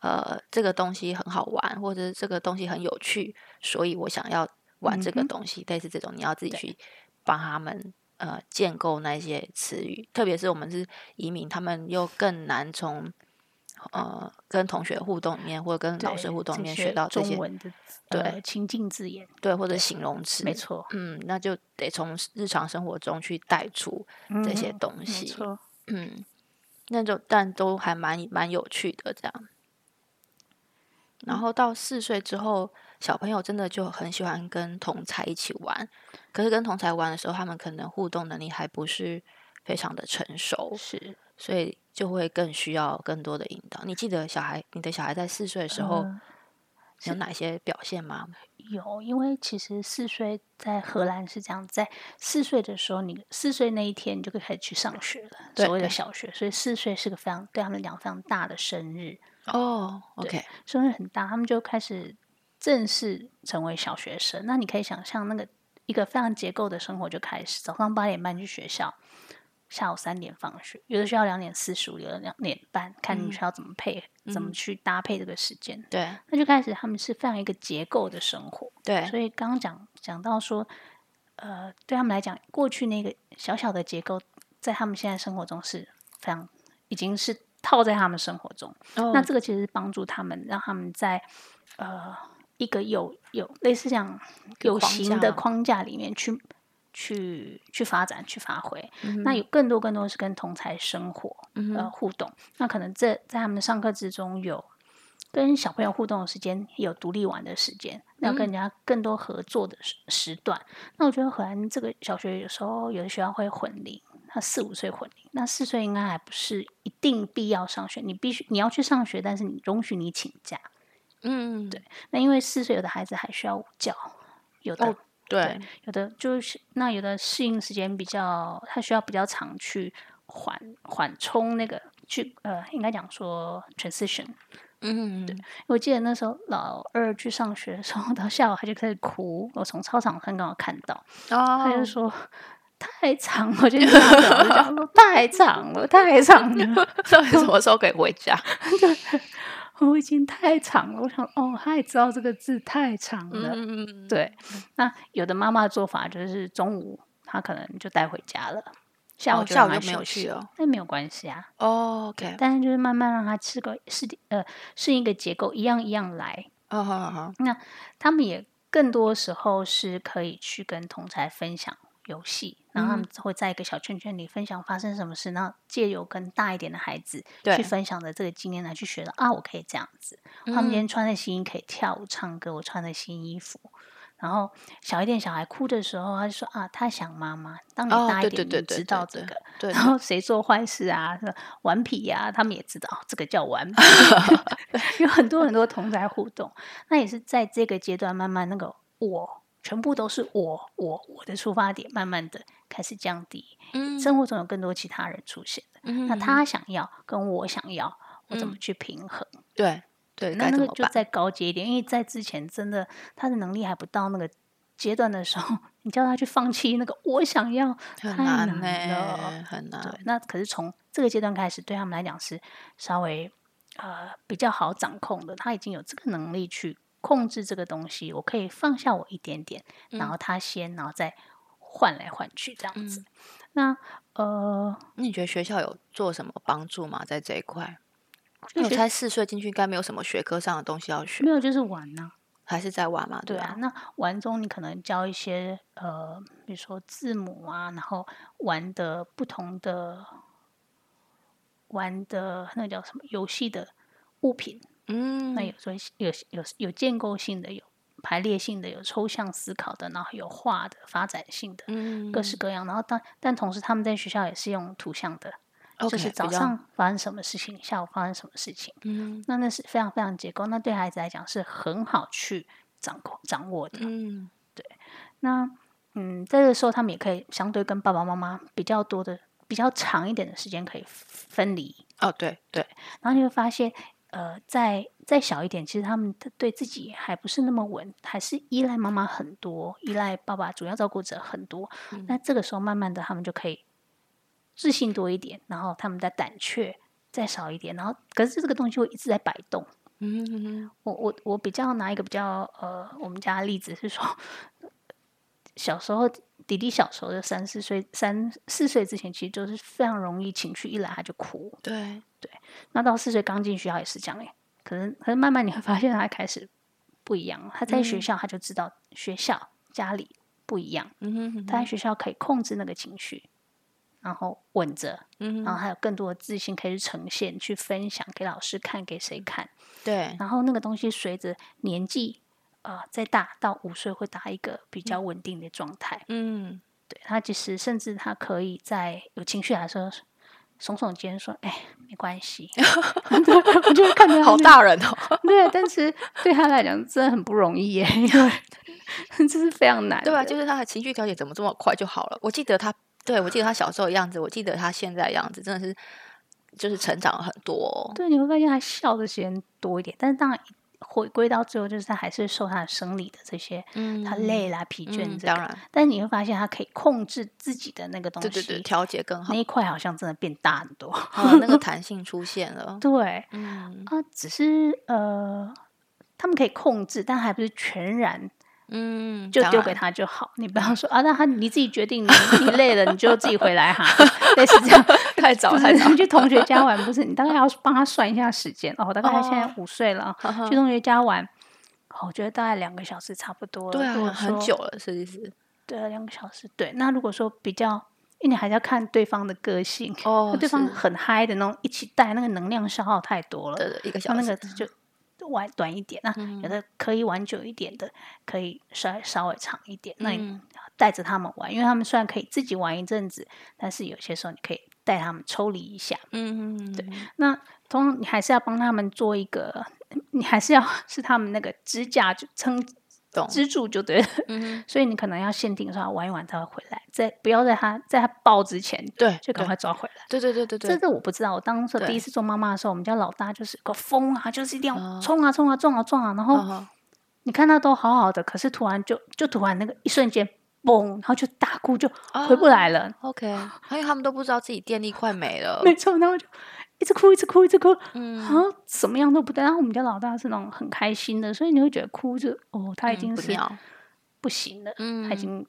呃这个东西很好玩，或者是这个东西很有趣，所以我想要玩这个
嗯哼
东西，类似这种，你要自己
对
去帮他们呃建构那些词语，特别是我们是移民，他们又更难从。呃，跟同学互动里面，或者跟老
对
师互动里
这
面
些
学到这
中
些，
文的字
对
呃情境字眼，
对，或者形容词，
没，错，
嗯，那就得从日常生活中去带出这些
嗯
东
没
西，
错，
嗯，那种但都还蛮蛮有趣的这样。然后到四岁之后，小朋友真的就很喜欢跟同才一起玩，可是跟同才玩的时候，他们可能互动能力还不是非常的成熟，
是
所以就会更需要更多的引导。你记得小孩，你的小孩在四岁的时候
嗯
有哪些表现吗？
有，因为其实四岁在荷兰是这样，在四岁的时候，你四岁那一天你就可以开始去上学了，
对
所谓的
对
小学，所以四岁是个非常对他们来讲非常大的生日，
哦
对
，OK，
生日很大，他们就开始正式成为小学生。那你可以想象那个一个非常结构的生活就开始，早上八点半去学校，下午三点放学，有的学校两点四十五，有的两点半，看
嗯
你学校怎么配，怎么
嗯
去搭配这个时间。
对
那就开始他们是非常一个结构的生活。
对，
所以刚刚讲讲到说，呃，对他们来讲，过去那个小小的结构，在他们现在生活中是非常已经是套在他们生活中。那
哦
这个其实是帮助他们，让他们在呃一个有有类似像
个
有
框
形的
架
框架里面去去去发展、去发挥。
嗯
那
哼
有更多更多是跟同才生活
嗯
呃
哼
互动。那可能这在他们的上课之中有跟小朋友互动的时间，也有独立玩的时间，那有
嗯
跟人家更多合作的时时段。那我觉得荷兰这个小学有时候有的学校会混龄，他四五岁混龄，那四岁应该还不是一定必要上学，你必须你要去上学，但是你容许你请假。
嗯，对
那因为四岁有的孩子还需要午觉，有的、
哦对，
有的就是那有的适应时间比较，他需要比较长去缓缓冲那个去呃，应该讲说 transition。
嗯，对
我记得那时候老二去上 学的时候，到下午他就开始哭，我从操场上刚好看到，他
哦
就，说太长了，就这样讲就讲说太长了，太长了，
到 底什么时候可以回家？
我已经太长了。我想，哦，他也知道这个字太长了。
嗯，嗯，
对，那有的妈妈的做法就是中午她可能就带回家了，下午
哦下午
让她
就没有
休息
去哦，
那没有关系啊。
哦，OK，
但是就是慢慢让他吃个是呃适应一个结构，一样一样来。
哦，好好好，
他们也更多时候是可以去跟同才分享游戏，然后他
嗯
们会在一个小圈圈里分享发生什么事，然后借由跟大一点的孩子去
对，
分享的这个经验来去学到啊，我可以这样子。他
嗯
们今天穿的新衣可以跳舞、唱歌，我穿的新衣服。然后小一点小孩哭的时候，他就说啊，他想妈妈。当你
哦
大一
对对
点，
对
你
对
知
对
道这个，
对
然后谁做坏事啊，是吧顽皮呀、他们也知道、哦这个叫 顽皮， 有很多很多同在互动。那也是在这个阶段，慢慢那个我全部都是我我我的出发点，慢慢的开始降低。
嗯
生活中有更多其他人出现，那
嗯
他想要跟我想要，我怎么
嗯
去平衡？
对对，
那
该
那
怎
个
么
就
办？
再高阶一点，因为在之前真的他的能力还不到那个阶段的时候， 你叫他去放弃那个我想要，
很
太
难
难
呢
了，
很难。
对，那可是从这个阶段开始，对他们来讲是稍微呃比较好掌控的，他已经有这个能力去控制这个东西，我可以放下我一点点，然后
嗯
他先，然后再换来换去这样子。那呃，
那你觉得学校有做什么帮助吗？在这一块？
就
因为我
觉得
猜四岁进去应该没有什么学科上的东西要学
没，有就是玩呐、
还是在玩嘛？
对啊
吧，？
那玩中你可能教一些呃，比如说字母啊，然后玩的不同的玩的那个叫什么游戏的物品，
嗯
那有时候有有有建构性的，有排列性的，有抽象思考的，然后有画的发展性的，
嗯，
各式各样。然后但但同时他们在学校也是用图像的，就
OK，
是
比
早
较
上发生什么事情，下午发生什么事情。
嗯
那那是非常非常结构，那对孩子来讲是很好去掌控掌握的。
嗯
那嗯，在这个时候他们也可以相对跟爸爸妈妈比较多的、比较长一点的时间可以分离，
哦，对对，
然后你会发现，呃，在再小一点，其实他们的对自己还不是那么稳，还是依赖妈妈很多，依赖爸爸主要照顾者很多。那这个时候，慢慢的他们就可以自信多一点，然后他们的胆怯再少一点，然后可是这个东西会一直在摆动。
嗯嗯嗯
我我我比较拿一个比较呃，我们家的例子是说， 小时候弟弟小时候就三四岁三四岁之前，其实就是非常容易情绪一来他就哭，
对，
那到四岁刚进学校也是这样哎，可是可是慢慢你会发现他开始不一样了。他在学
嗯
校他就知道学校家里不一样，
嗯哼
他在学校可以控制那个情绪，然后稳着，
嗯
然
哼
后还有更多的自信可以去呈现、去分享给老师看、给
嗯
谁看。
对，
然后那个东西随着年纪啊、呃再大到五岁会达一个比较稳定的状态。
嗯
对他其实甚至他可以在有情绪来的时候耸耸肩说：“哎，没 关系。”我就会看到
好
那
大人哦，
对，但是对他来讲真的很不容易耶，因为 这是非常难的。
对吧？就是他的情绪调节怎么这么快就好了？我记得他，对我记得他小时候的样子，我记得他现在的样子，真的是就是成长了很多哦。
对，你会发现他笑的时间多一点，但是当然回归到最后，就是他还是受他的生理的这些，
嗯
他累啦、疲倦
嗯
这个。
当然，
但你会发现他可以控制自己的那个东西，
对对对，调节更好
那，一块好像真的变大很多。
啊那个弹性出现了。
对，
嗯
啊，只是呃，他们可以控制，但还不是全然
嗯，
就
当
丢给
然
他就好。你不要说啊，那他你自己决 定，你你累了你就自己回来哈，类似这样。
太早
不
太
是
早
你，去同学 家玩，不是你大概要帮他算一下时间哦，大概他现在
哦
五岁了啊，
呵呵
去同学家玩。哦我觉得大概两个小时差不多了。
对
如
啊，
果
很
说
久了，是不是？
对，两个小时。对，那如果说比较，因为你还是要看对方的个性，
哦
那对方
是
很嗨的那种，一起带那个能量消耗太多了，
对对，一个
那
小
那
时嗯
个。就玩短一点。那有的可以玩久一点的，可以稍稍微长一点。那你
嗯
带着他们玩，因为他们虽然可以自己玩一阵子，但是有些时候你可以带他们抽离一下。
嗯，对，
那通常你还是要帮他们做一个，你还是要 是他们那个支架就撑
懂。
支柱就对了。
嗯哼，
所以你可能要限定说他玩一玩他会回来，在不要在他在他抱之前
对，
就赶
对
快抓回来。
对对对对
这
对，
个我不知道，我当时第
对
一次做妈妈的时候，我们家老大就是个疯啊，就是一定
哦
要冲啊冲啊撞啊撞啊，然后
哦，
你看他都好好的，可是突然就就突然那个一瞬间嘣，然后就大哭，就回不来了。
OK，因为他们都不知道自己电力快没了。
没错，然后就一直哭，一直哭，一直哭，然
哦嗯，
后怎么样都不对。然后我们家老大是那种很开心的，所以你会觉得哭就哦，他已
嗯
经
不
是
妙
不行了，
嗯，
他已经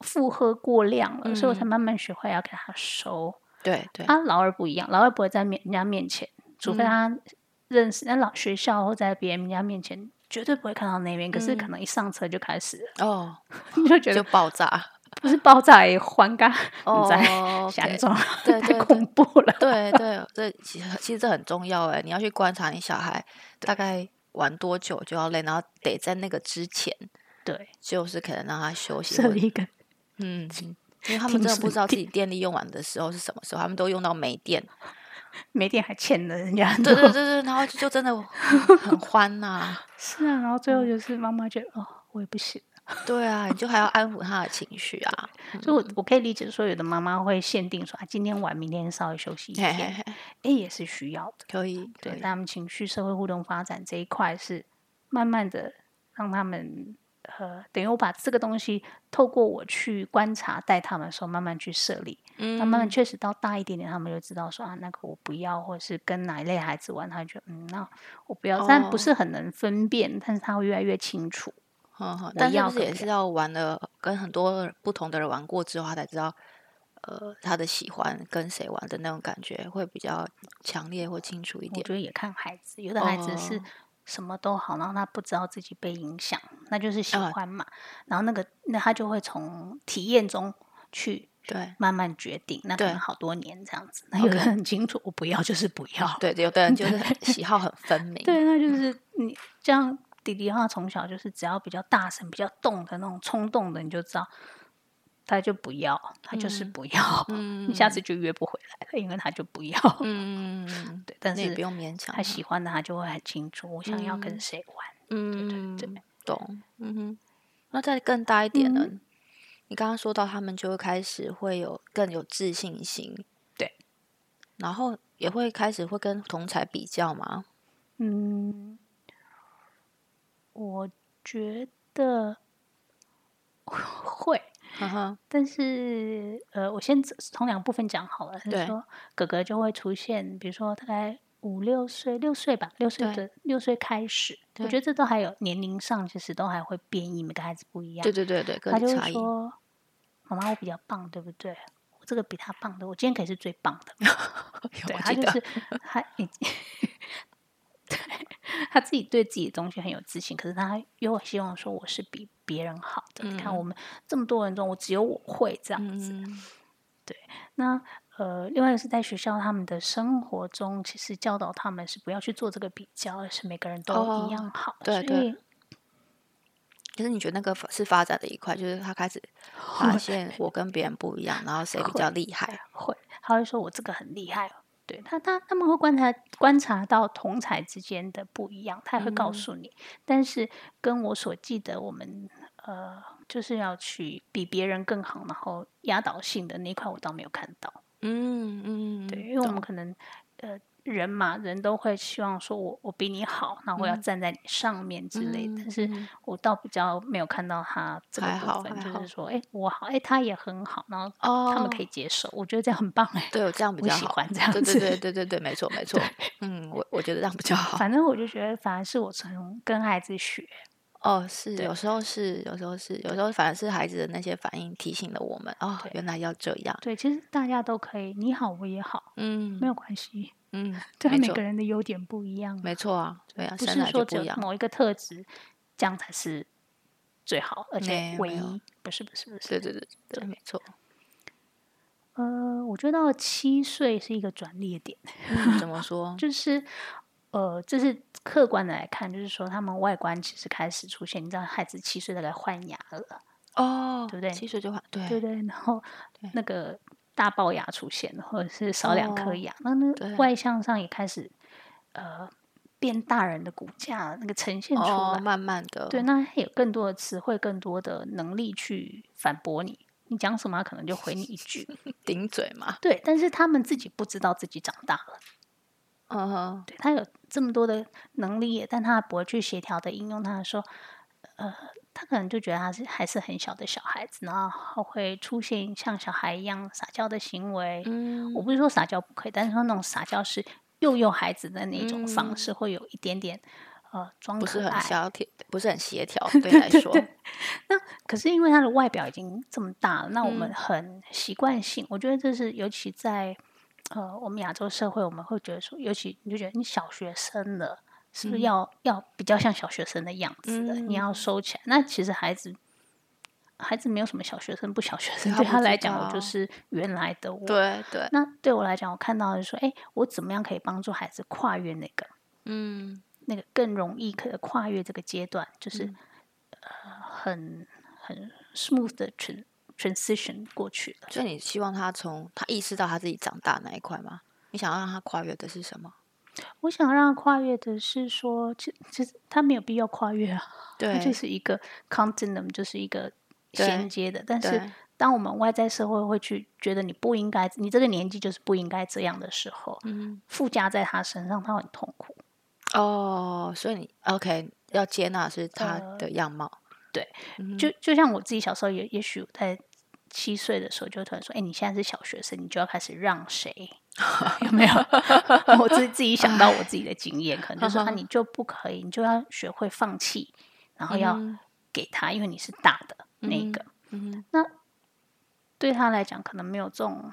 负荷过量了，所以我才
嗯
慢慢学会要给他收。
对对，
啊，老二不一样，老二不会在面人家面前，除非
嗯
他认识，在老学校或在别人家面前，绝对不会看到那边。可是可
嗯
能一上车就开始了，
哦，
你就觉
就
得
爆炸，
不是爆炸也还嘎，你在
哦
想
OK
中
对
太
对
恐怖了。
对对，这其实其实这很重要哎，你要去观察你小孩大概玩多久就要累，然后得在那个之前，
对，
就是可能让他休息
设
或者，
立一个
嗯，嗯因为他们
停
真的不
损
知道自己电力用完的时候是什么时候，他们都用到没 电。
没电还欠了人家很
对对对
多。
对，然后就就真的很很欢 呐、
是啊，然后最
嗯
后就是妈妈觉得哦，我也不行。
对啊，你就还要安抚他的情绪啊，
所以我我可以理解说，有的妈妈会限定说啊，今天晚，明天稍微休息一
嘿
天，
嘿
哎、
嘿，
也是需要的。
可以，可
对，
以
但，他们情绪、社会互动发展这一块是慢慢的让他们呃，等于我把这个东西透过我去观察带他们的时候，慢慢去设立。那、慢慢
嗯，
确实到大一点点，他们就知道说啊，那个我不要，或者是跟哪一类孩子玩，他就觉得嗯，那我不要，但不
哦
是很能分辨，但是他会越来越清楚。
呵呵
我
但是
要
不是
跟
也
不
是要玩了，跟很多不同的人玩过之后，他才知道，呃，他的喜欢跟谁玩的那种感觉会比较强烈或清楚一
我
点。
觉得也看孩子，有的孩子是
哦
什么都好，然后他不知道自己被影响，那就是喜
啊
欢嘛。然后那个那他就会从体验中去
对
慢慢决定，那可
对
能好多年这样子。那有的
OK
很清楚，我不要就是不要。
对，嗯有的人 就是很喜好很分明。
对，那就是你这样。弟弟他从小就是只要比较大声、比较动的那种冲动的，你就知道他就不要，他就是
嗯
不要，
嗯，
你下次就约不回来了，因为他就不要。
嗯，嗯，
对，但
那也
是
不用勉强啊
他。喜欢的，他就会很清楚我想要跟
嗯
谁玩。
嗯，
对
懂。嗯哼，那再更大一点呢？
嗯
你刚刚说到他们就会开始会有更有自信心，
对，
然后也会开始会跟同才比较嘛。
嗯，我觉得会，
哈哈，
但是呃，我先从两部分讲好了。就是
对
说，哥哥就会出现，比如说大概五六岁、六岁吧，六岁
对
的六岁开始，我
对
觉得这都还有年龄上，其实都还会变异，每个孩子不一样
对。对对对，
他
跟
就
差
会
异。
说：“妈妈，我比较棒，对不对？我这个比他棒的，我今天可以是最棒的。”
有
对
我
他
记
就
得
是他已经对他自己对自己的东西很有自信，可是他又希望说我是比别人好的。你看我们这么多人中，我只有我会这样子。
嗯，
那呃，另外一个是在学校他们的生活中，其实教导他们是不要去做这个比较，而是每个人都
哦
一样好。
对
所
对
以
可是你觉得那个发是发展的一块，就是他 开始发现我跟别人不一样，然后谁比
会
较厉害？
会，他会说我这个很厉害哦。对他，他他们会观察观察到同才之间的不一样，他也会告
嗯
诉你。但是跟我所记得，我们呃就是要去比别人更好，然后压倒性的那一块，我倒没有看到。
嗯嗯，
对，因为我们
懂
可能呃人嘛，人都会希望说我我比你好，那我要
嗯
站在你上面之类的。
嗯
但是
嗯
我倒比较没有看到他这个
还好
部分，
还
就
好
是说，哎，我好，哎，他也很好，然后他们可以
哦
接受，我觉得这样很棒哎、
对我这样比
我
较
喜
好。
欢这样
对对
子。
对对对对，没错没错。嗯，我我觉得这样比较好。
反正我就觉得，反而是我从跟孩子学，
哦，是，
对
有时候是，有时候是，有时候反而是孩子的那些反应提醒了我们，哦
对，
原来要这样。
对，其实大家都可以，你好我也好，
嗯
没有关系。
嗯，
对啊，
没
每
错
个人的优点不一样啊，
没错啊，对啊，
不
生
是
来
说
就
只
不一
有
样。
某一个特质，这样才是最好，而
没
且
有
唯
没有
一。不是不是不是，
对对对对，没错。
呃，我觉得到七岁是一个转捩点，
嗯，怎么说？
就是呃，这是客观的来看，就是说他们外观其实开始出现，你知道孩子七岁大概换牙了，
哦，
对不对
七岁就换，对
对不对？然后
对
那个大龅牙出现，或者是少两颗
哦
牙，那那
对
外向上也开始呃变大人的骨架了，那个呈现出来，
哦，慢慢的，
对，那他有更多的词汇，更多的能力去反驳你。你讲什么，他可能就回你一句。
顶嘴嘛。
对，但是他们自己不知道自己长大了。
嗯哼，
对他有这么多的能力，但他不会去协调的应用。他说，呃，他可能就觉得他是还是很小的小孩子，然后会出现像小孩一样撒娇的行为。
嗯
我不是说撒娇不可以，但是说那种撒娇是幼幼孩子的那种方式，会有一点点呃
嗯
装
不是
可
很
爱。
协调，不是很协 调，对你来说，
那可是因为他的外表已经这么大了，那我们
嗯
很习惯性，我觉得这是尤其在呃我们亚洲社会，我们会觉得说，尤其你就觉得你小学生了，是不是
嗯
要、要比较像小学生的样子的？你要收起来。那其实孩子。孩子没有什么小学生不小学生，
他
对
不
他
知
来讲，我
道
就是原来的我。
对对，
那对我来讲，我看到的是说，哎，我怎么样可以帮助孩子跨越那个
嗯
那个更容易可跨越这个阶段，就是、
嗯
呃很很 smooth 的 tran transition 过去的。
所以你希望他从他意识到他自己长大那一块吗？你想要让他跨越的是什么？
我想让他跨越的是说，其其实他没有必要跨越啊，它
对，
就是一个 continuum，就是一个
对
衔接的。但是
对，嗯
当我们外在社会会去觉得你不应该，你这个年纪就是不应该这样的时候，
嗯，
附加在他身上，他很痛苦。
哦，所以你 OK 要接纳是他
呃
的样貌，
对
嗯哼，
就就像我自己小时候也，也许我在七岁的时候，就突然说：“哎、你现在是小学生，你就要开始让谁？” 有没有？我自己自己想到我自己的经验，可能就 说：“啊，你就不可以，你就要学会放弃，然后要
嗯
给他，因为你是大的那一个。
嗯
对他来讲，可能没有这种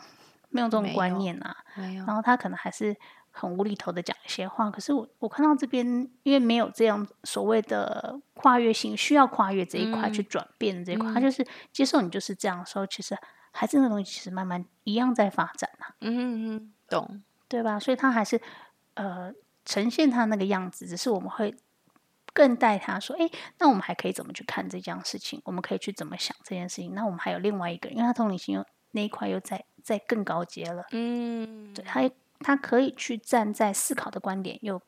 没有这种
没
观
有
念啊。
哼，没有
然，后他可能还是很无厘头的讲一些话。可是我我看到这边，因为没有这样所谓的跨越性，需要跨越这一块、去转变的这一块，他就是接受你就是这样的时候，其实还是那个东西，其实慢慢一样在发展啊，
嗯嗯，懂，
对吧？所以他还是呃呈现他那个样子，只是我们会。更带他说，诶，那我们还可以怎么去看这件事情？我们可以去怎么想这件事情？那我们还有另外一个，因为他同理心又那一块又在在更高阶了，
嗯
对，他他可以去站在思考的观点又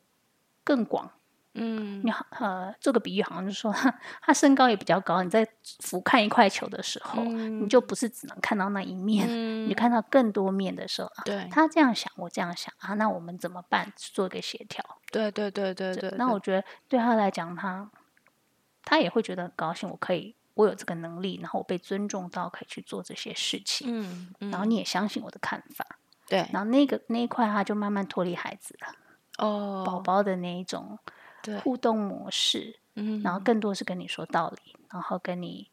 更广。
嗯
你好，呃，做个比喻，好像是说他他身高也比较高，你在俯瞰一块球的时候，你就不是只能看到那一面，你
嗯，
看到更多面的时候，啊、
对
他这样想，我这样想啊，那我们怎么办？做一个协调。
对对对对对，
那
对
我觉得对他来讲，他他也会觉得很高兴，我可以，我有这个能力，然后我被尊重到可以去做这些事情，
嗯
然后
嗯，
你也相信我的看法，
对
然后那个那一块他就慢慢脱离孩子了。宝
哦，
宝的那一种
对，
互动模式，
嗯，
然后更多是跟你说道理，然后跟你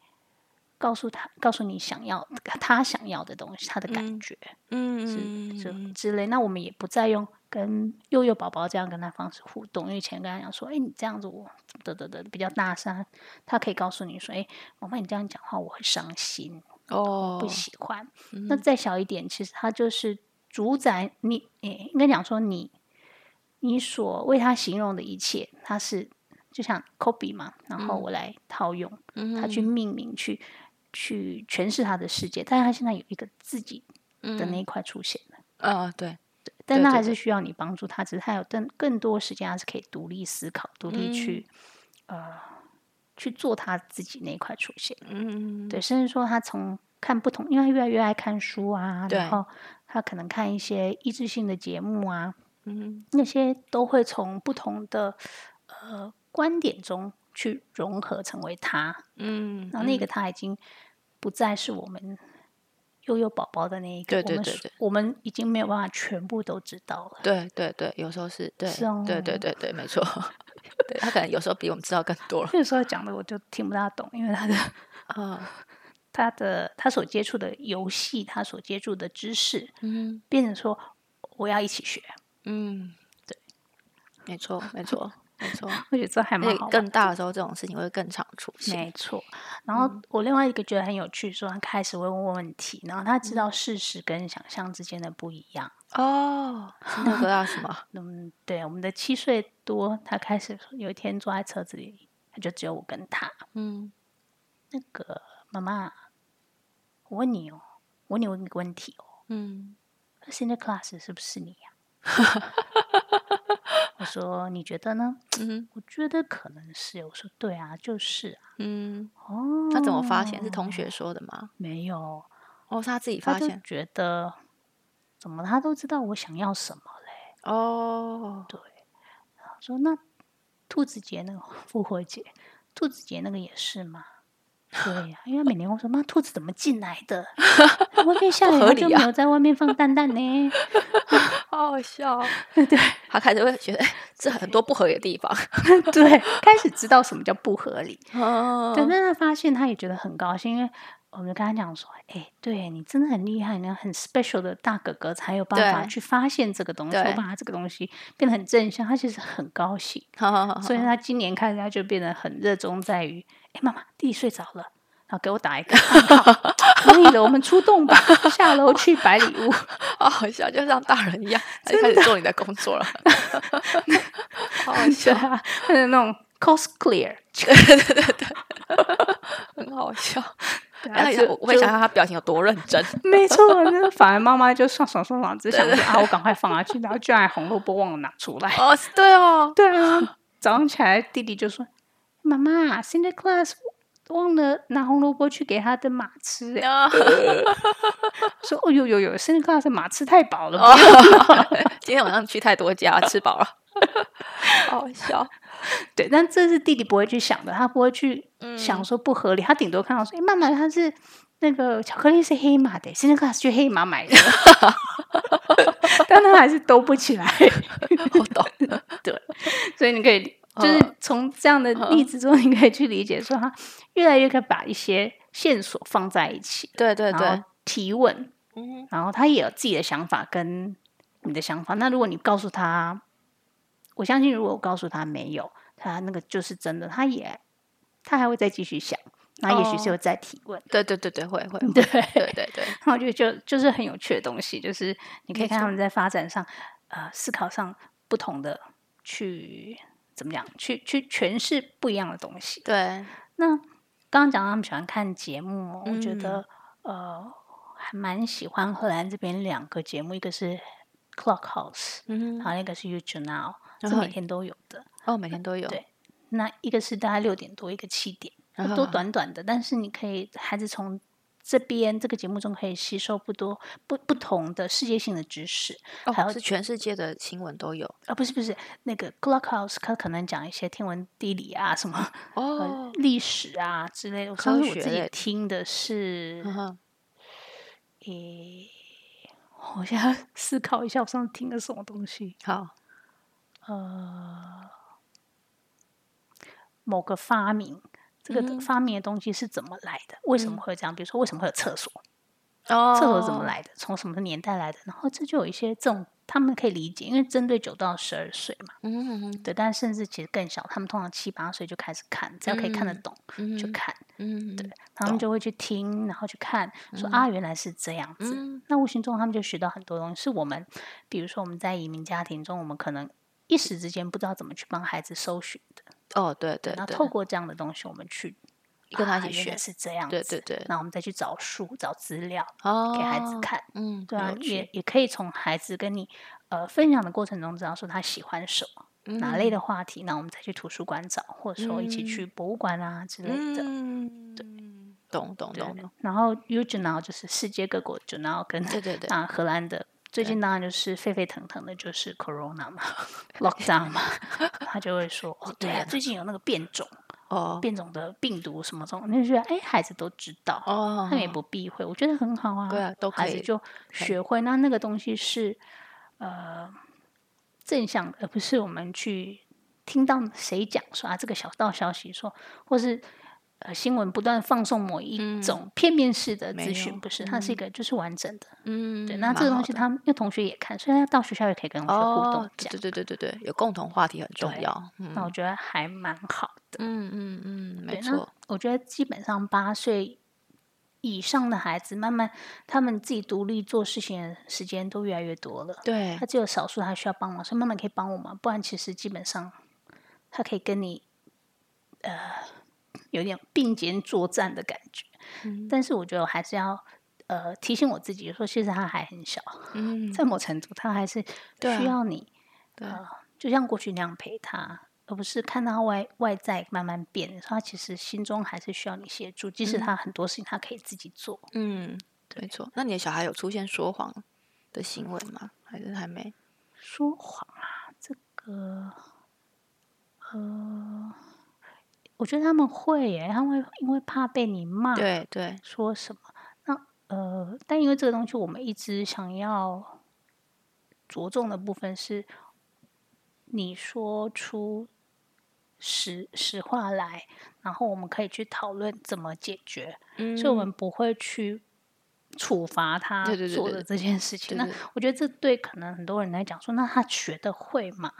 告诉他，告诉你想要他想要的东西，他的感
嗯
觉
嗯
是
嗯
是
嗯
之类。那我们也不再用跟幼幼宝宝这样跟他方式互动，因为以前跟他讲说，哎，你这样子我得得得比较大声，他可以告诉你说，哎，妈妈你这样讲话我会伤心，
哦，嗯
不喜欢。那再小一点，其实他就是主宰你，诶，应该讲说你，你所为他形容的一切，他是就像 copy 嘛，然后我来套用，
嗯
他去命名，去去诠释他的世界，但是他现在有一个自己
嗯
的那一块出现了。
啊、对，
但
对
他
对
还是需要你帮助他，只是他有更更多时间，他是可以独立思考、独
嗯
立去、呃去做他自己那一块出现。
嗯，
对，甚至说他从看不同，因为他越来越爱看书啊，
对
然后他可能看一些益智性的节目啊，
嗯
那些都会从不同的呃观点中去融合成为他，
嗯，
然后那
嗯
个他已经不再是我们悠悠宝宝的那一个，
对对对对
我们所我们已经没有办法全部都知道了。
对对对，有时候是对，
是
对对
哦
对对，没 错，对他可能有时候比我们知道更多了，
有时候讲的我就听不大懂，因为他的
啊，
他的他所接触的游戏，他所接触的知识，
嗯
变成说我要一起学，
嗯，对，没错没错 没错，
我觉得这还
而
蛮
且
好玩
更大的时候，这种事情会更常出现，
没错，然后我另外一个觉得很有趣，说他开始会问问题，然后他知道事实跟想象之间的不一样。
哦，是那个叫什么？
嗯，对，我们的七岁多，他开始有一天坐在车子里，他就只有我跟他。
嗯
那个妈妈，我问你哦，我问你问个问题哦
嗯，
，Senior Class 是不是你呀、 我说你觉得呢？
嗯
我觉得可能是。我说对啊，就是啊。
嗯，
哦，
他怎么发现？是同学说的吗？
没有？
哦，是他自己
他
发
就
现，
觉得怎么他都知道我想要什么嘞。
哦，
我说那兔子节那个复活节，兔子节那个也是吗？对呀、因为他每年跟我说：“妈，兔子怎么进来的？外面下雨，
合
它
理
就没
啊
有在外面放蛋蛋 呢。
好好笑、哦。
对
他开始会觉得哎这很多不合理的地方。
对，开始知道什么叫不合理。
哦
对，但是他发现他也觉得很高兴，因为我们就跟他讲说：“哎、对你真的很厉害，你要很 special 的大哥哥才有办法
对
去发现这个东西，
对
我把它这个东西变得很正向。”他其实很高兴，
好好好好，
所以他今年开始他就变得很热衷在于：“哎、妈妈，弟弟睡着了。”然后给我打一个暗 号，可以了，我们出动吧，下楼去摆礼物。
好好笑，就像大人一样，他就开始做你的工作了。好好
对
笑，
啊，或者那 种
哎
cosclear，
很好笑。
对啊
哎，
就
我我会想
就
象他表情有多认真。
没 错，那反而妈妈就上爽上爽，只想说啊，我赶快放下去，然后居然红萝卜忘了拿出来。
哦，是对哦，
对啊，早上起来弟弟就说：“妈妈，Santa Claus 忘了拿红萝卜去给他的马吃、欸。
啊
说：“哦呦呦呦，Santa Claus 的马吃太饱了。
哦， 今天晚上去太多家，吃饱了。好好笑，
对，但这是弟弟不会去想的，他不会去想说不合理，他顶多看到说：“哎、妈妈，他是那个巧克力是黑马的，Santa Claus 去黑马买的。” 但他还是兜不起来。
我懂。
对，所以你可以就是从这样的例子中，你可以去理解说，他越来越可以把一些线索放在一起，
对对
然
对
后，提问，
嗯，
然后他也有自己的想法跟你的想法。那如果你告诉他，我相信如果我告诉他没有，他那个就是真的，他也他还会再继续想，那也许是
哦
有再提问，
对对对对，会会，
对。
对 对对，
然后就就就是很有趣的东西，就是你可以看他们在发展上，呃，思考上不同的去怎么讲，去去诠释不一样的东西。
对，
那刚刚讲到他们喜欢看节目哦，我觉
嗯
得呃还蛮喜欢荷兰这边两个节目，一个是 Clockhouse，
嗯
然，后一个是 y o u t u b Now，
然
这
后
每天都有的。
哦，每天都有，
对那一个是大概六点多，一个七点，
然后
都短短的，但是你可以孩子从这边这个节目中可以吸收不多不不同的世界性的知识，
哦
还有
是全世界的新闻都有
啊，不是不是那个 Clockhouse，它可能讲一些天文地理啊什么、呃
哦，
历史啊之类的。我
科
上次我
学
自
类
己
的
听的是，
嗯哼
诶、我现在 思考一下，我上次听了什么东西？
好，
呃，某个发明，这个
嗯
发明的东西是怎么来的？为什么
嗯
会这样？比如说，为什么会有厕所？
哦，
厕所是怎么？来的？从什么年代来的？然后这就有一些这种他们可以理解，因为针对九到十二岁嘛，
嗯
对，但甚至其实更小，他们通常七八岁就开始看，只要可以看得懂、
嗯，
就看，
嗯，对，
他们就会去听，然后去看，说啊原来是这样子。
嗯
那无形中他们就学到很多东西，是我们，比如说我们在移民家庭中，我们可能一时之间不知道怎么去帮孩子搜寻的，
哦，对对
然后
对，
透过这样的东西，我们去
跟他
啊
一起
原来
学，
是这样子，
对对对，
然后我们再去找书、找资料
哦，
给孩子，看。
嗯，
对
很
啊
有，
也
趣
也可以从孩子跟你呃分享的过程中知道说他喜欢什么、哪类的话题，那我们再去图书馆找，或者说一起
嗯
去博物馆啊之类的。
嗯，对，懂懂懂
对
懂，，
然后 U Journal 就是世界各国 Journal 跟
对对对，
啊荷兰的。最近当然就是沸沸腾腾的，就是 Corona 嘛，Lockdown 嘛，他就会说哦，对啊，最近有那个变种
哦
变种的病毒什么种，你就觉得哎，孩子都知道，
哦，
他们也不避讳，我觉得很好啊。
对啊都可
孩子
以
就学会。那那个东西是呃正向的，而不是我们去听到谁讲说啊这个小道消息说，或是呃新闻不断放送某一种片面式的
嗯没
资
有
讯，不是，它是一个就是完整的。
嗯，
对，那这个
蛮
东
好
西
的
他们因为同学也看，所以他到学校也可以跟同学互动
哦，对
讲。
对对对对对，有共同话题很重
对
要，嗯
那我觉得还蛮好的。
嗯嗯嗯，没
对，那
错，
我觉得基本上八岁以上的孩子，慢慢他们自己独立做事情的时间都越来越多了。
对
他，只有少数他需要帮忙，所以妈妈可以帮我们，不然其实基本上他可以跟你呃有点并肩作战的感觉。
嗯
但是我觉得我还是要呃提醒我自己，就说其实他还很小，
嗯，
在某程度他还是
对啊
需要你、
对
呃，就像过去那样陪他，而不是看到外外在慢慢变，他其实心中还是需要你协助，即使
嗯
他很多事情他可以自己做。
嗯，没错。那你的小孩有出现说谎的行为吗？还是还没？
说谎啊，这个呃，我觉得他们会耶，他们会因为怕被你骂，
对对，
说什么？那呃，但因为这个东西，我们一直想要着重的部分是，你说出实实话来，然后我们可以去讨论怎么解决，
嗯
所以我们不会去处罚他
对对对
做
对
的这件事
对
情。那
对
我觉得这对可能很多人来讲说，那他学的会吗？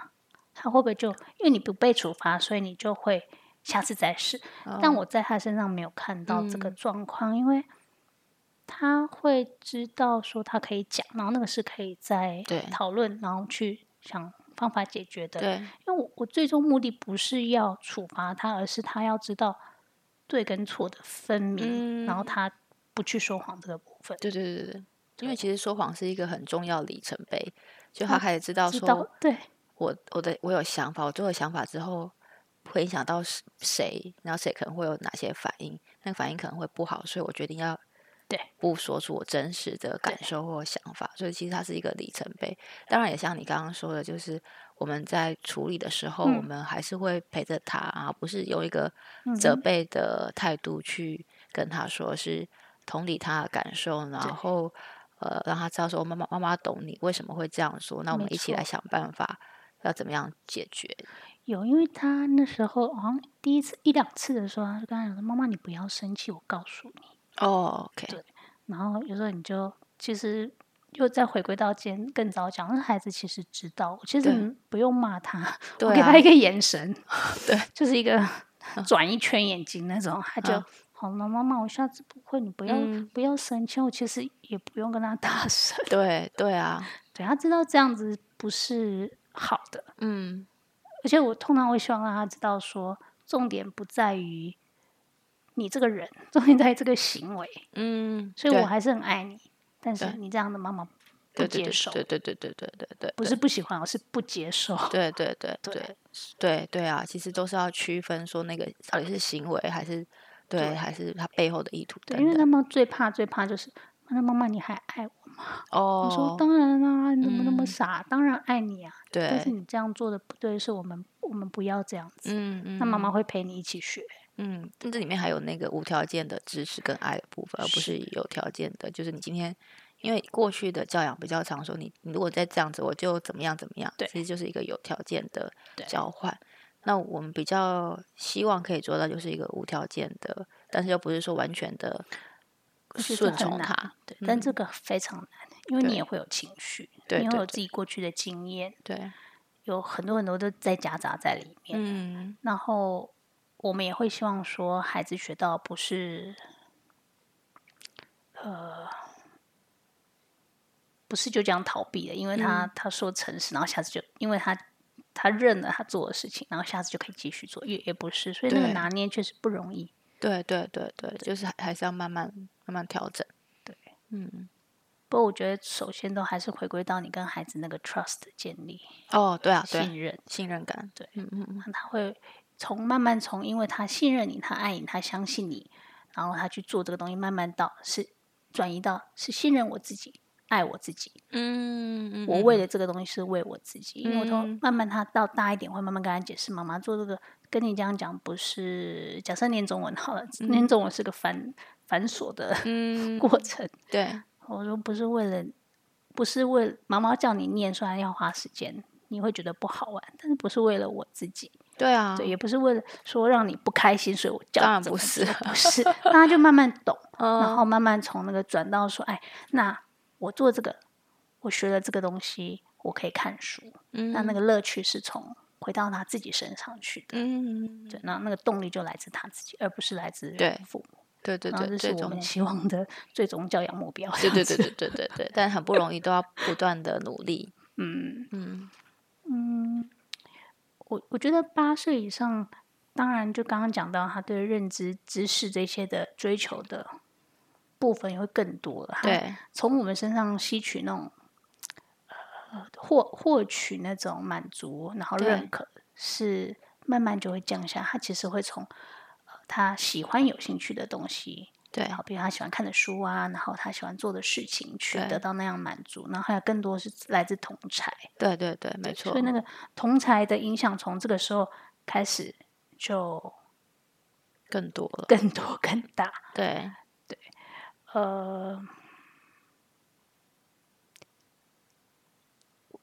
他会不会就因为你不被处罚，所以你就会下次再试？但
哦
我在他身上没有看到这个
嗯
状况，因为他会知道说他可以讲，然后那个是可以在
对
讨论，然后去想方法解决的。
对
因为我我最终目的不是要处罚他，而是他要知道对跟错的分明，然后
嗯
他不去说谎这个部分。
对对对对对，因为其实说谎是一个很重要的里程碑，就他
嗯
开始知道
知
说
道对，
我我的我有想法，我做了想法之后会影响到是谁，然后谁可能会有哪些反应，那个反应可能会不好，所以我决定要
对
不说出我真实的感
对
受或想法，所以其实它是一个里程碑。当然也像你刚刚说的，就是我们在处理的时候，我
嗯
们还是会陪着他啊，不是用一个
嗯
责
哼
备的态度去跟他说，是同理他的感受，然
对
后呃让他知道说妈妈妈妈懂你为什么会这样说，那我
没
们一起来
错
想办法要怎么样解决。
有，因为他那时候好像第一次一两次的时候，他就跟他讲说：“妈妈，你不要生气，我告诉你。”
哦，OK，
对然后有时候你就其实又再回归到今天更早讲，那孩子其实知道，其实
对
你不用 骂他，
对
我给
啊
他一个眼神，
对，
就 是一个转一圈眼睛那种，他就
嗯
好了，妈妈，我下次不会，你不要、
嗯
不要生气，我其实也不用跟他大声，
对对啊，
对他知道这样子不是好的，
嗯，
而且我通常会希望让他知道说，重点不在于你这个人，重点在于这个行为。
嗯，
所以
对
我还是很爱你，但是
对
你这样的妈妈不
对对
接
对
受，
对对对对对对对，
不
对
是不喜欢，而是不接受。
对对对
对
对对对啊，其实都是要区分说那个到底是行为还是对
对
还是他背后的意图
对，
等
因为他
等。
们最怕最怕就是，那妈妈你还爱我吗？我说
哦，
当然啦、你怎么那么
嗯
傻？当然爱你啊，但是
对，
你这样做的不对，是我们我们不要这样子。
嗯嗯，
那妈妈
嗯
会陪你一起学，
嗯，但这里面还有那个无条件的支持跟爱的部分，而不
是
是有条件的。就是你今天，因为过去的教养比较常说你，你如果再这样子，我就怎么样怎么样，
对
其实就是一个有条件的
对
交换。那我们比较希望可以做到，就是一个无条件的，但是又不是说完全的
我觉得
顺
很
从
难
他。
对，但
嗯
这个非常难，因为你
对
也会有情绪，
对
你
对
会有
对
自己过去的经验，
对，
有很多很多都在夹杂在里面。
嗯，
然后我们也会希望说，孩子学到不是，呃，不是就这样逃避的，因为
嗯
他、他说诚实，然后下次就因为他他认了他做的事情，然后下次就可以继续做，也也不是，所以那个
对
拿捏确实不容易。
对对对对，就是还还是要慢慢慢慢调整。
对，
嗯，
不过我觉得首先都还是回归到你跟孩子那个 trust 的建立、
哦，对啊，对啊
信任，
信任感，
对
嗯嗯嗯，
那他会从慢慢从，因为他信任你，他爱你，他相信你，然后他去做这个东西，慢慢到是转移到是信任我自己，爱我自己。
嗯嗯，
我
嗯
为
嗯
了这个东西是为我自己，因为我从
嗯
慢慢他到大一点，会慢慢跟他解释，妈妈做这个跟你这样讲不是。假设念中文好了，念中文是个繁繁琐的
嗯
过程。
对，
我说不是为了，不是为了妈妈叫你念，虽然要花时间，你会觉得不好玩，但是不是为了我自己。
对啊，
对，也不是为了说让你不开心，所以我叫
当
你
然
怎
不
么
是
做不是，那他就慢慢 懂，然
嗯，
后慢慢从那个转到说，哎，那我做这个，我学了这个东西，我可以看书，
嗯，
那那个乐趣是从回到他自己身上去的，
嗯，
对，那那个动力就来自他自己，而不是来自
对
父母，
对对
然后
对，
这
最
是我
终
们希望的最终教养目标，
对对
这
对
样子
对对对对，但很不容易，都要不断的努力。
嗯。
嗯，
嗯，我我觉得八岁以上，当然就刚刚讲到他对认知、知识这些的追求的部分也会更多了。，
对，
从我们身上吸取那种，呃，获获取那种满足，然后
对
认可，是慢慢就会降下。他其实会从、呃他喜欢、有兴趣的东西，
对，
好，比如他喜欢看的书啊，然后他喜欢做的事情，去
对
得到那样满足。然后还有更多是来自同才。
对对对，没
对
错
所以。那个同才的影响从这个时候开始就
更多了。
更多更大。
对，
呃，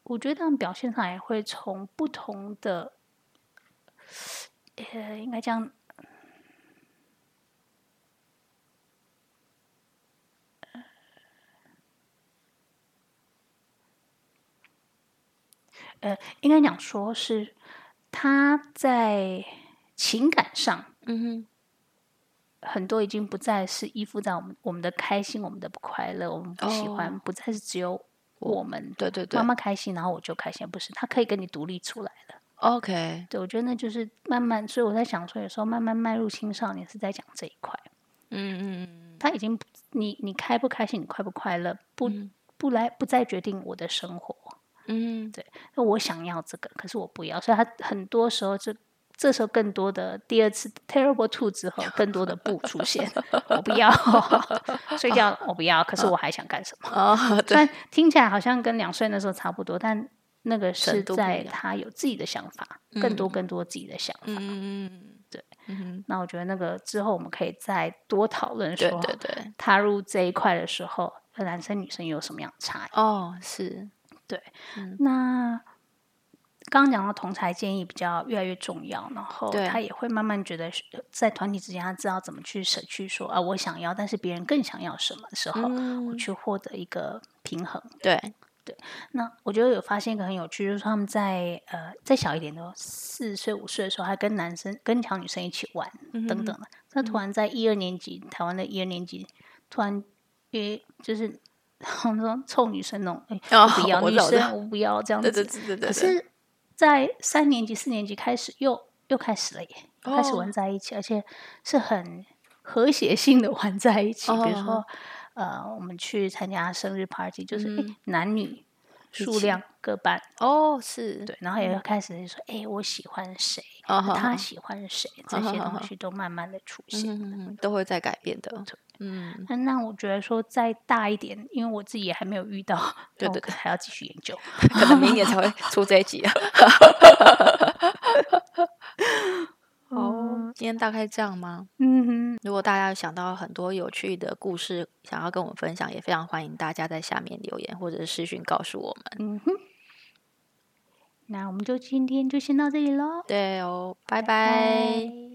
我觉得他们表现上也会从不同的，呃，应该这样，呃，应该讲说是他在情感上
嗯
很多已经不再是依附在我们我们的开心、我们的不快乐、我们不喜欢，不再是只有我们
哼，对对哦对
妈妈开心，然后我就开心，不是，他可以跟你独立出来了。
，OK，
对，我觉得那就是慢慢，所以我在想说，有时候慢慢迈入青少年是在讲这一块，
嗯嗯
他已经不你你开不开心，你快不快乐，不、
嗯
不来不再决定我的生活，
嗯，对，
那我想要这个，可是我不要，所以他很多时候这这时候更多的第二次 terrible two 之后，更多的不出现，我不要 睡觉，我不要，可是我还想干什么？
哦，
虽
对，
然听起来好像跟两岁那时候差不多，但那个是
程度不一
在
样
他有自己的想法，更多
嗯
更多自己的想法。
嗯嗯嗯，
对，
嗯哼，
那我觉得那个之后我们可以再多讨论
对
说，
对对，
踏入这一块的时候，男生女生有什么样的差异？
哦，是，
那刚刚讲到同才建议比较越来越重要，然后
对
他也会慢慢觉得是在团体之间，他知道怎么去舍去说啊，我想要，但是别人更想要什么的时候，我
嗯，
去获得一个平衡。
对，
那我觉得有发现一个很有趣，就是他们在呃再小一点的四岁五岁的时候，还跟男生跟小女生一起玩
嗯
等等的。那突然在一二年级，台湾的一二年级，突然约就是 好像说臭女生那种，哎、
哦
我不要
我
女
懂
生，
了
我不要这样子。
对对对对对，
可是，在三年级、四年级开始又又开始了耶，又开始
哦
玩在一起，而且是很和谐性的玩在一起。比如说，呃，我们去参加生日 party，就是、诶
哦嗯
男女数
起
量各半，
哦，是，
对，然后也会开始说，哎、我喜欢谁，
哦，好
他
好
喜欢谁，这
好好
些
好
东
好
西都慢慢的出
嗯
现。
哼哼都会在改变的，嗯，
那那我觉得说再大一点，因为我自己也还没有遇到，
对
那我
对
可能还要继续研究。
可能明年才 会出这一集啊。哦，今天大概这样吗？
嗯哼，
如果大家有想到很多有趣的故事，想要跟我们分享，也非常欢迎大家在下面留言或者是私讯告诉我们。
嗯哼，那我们就今天就先到这里喽。
对哦，拜
拜
拜
拜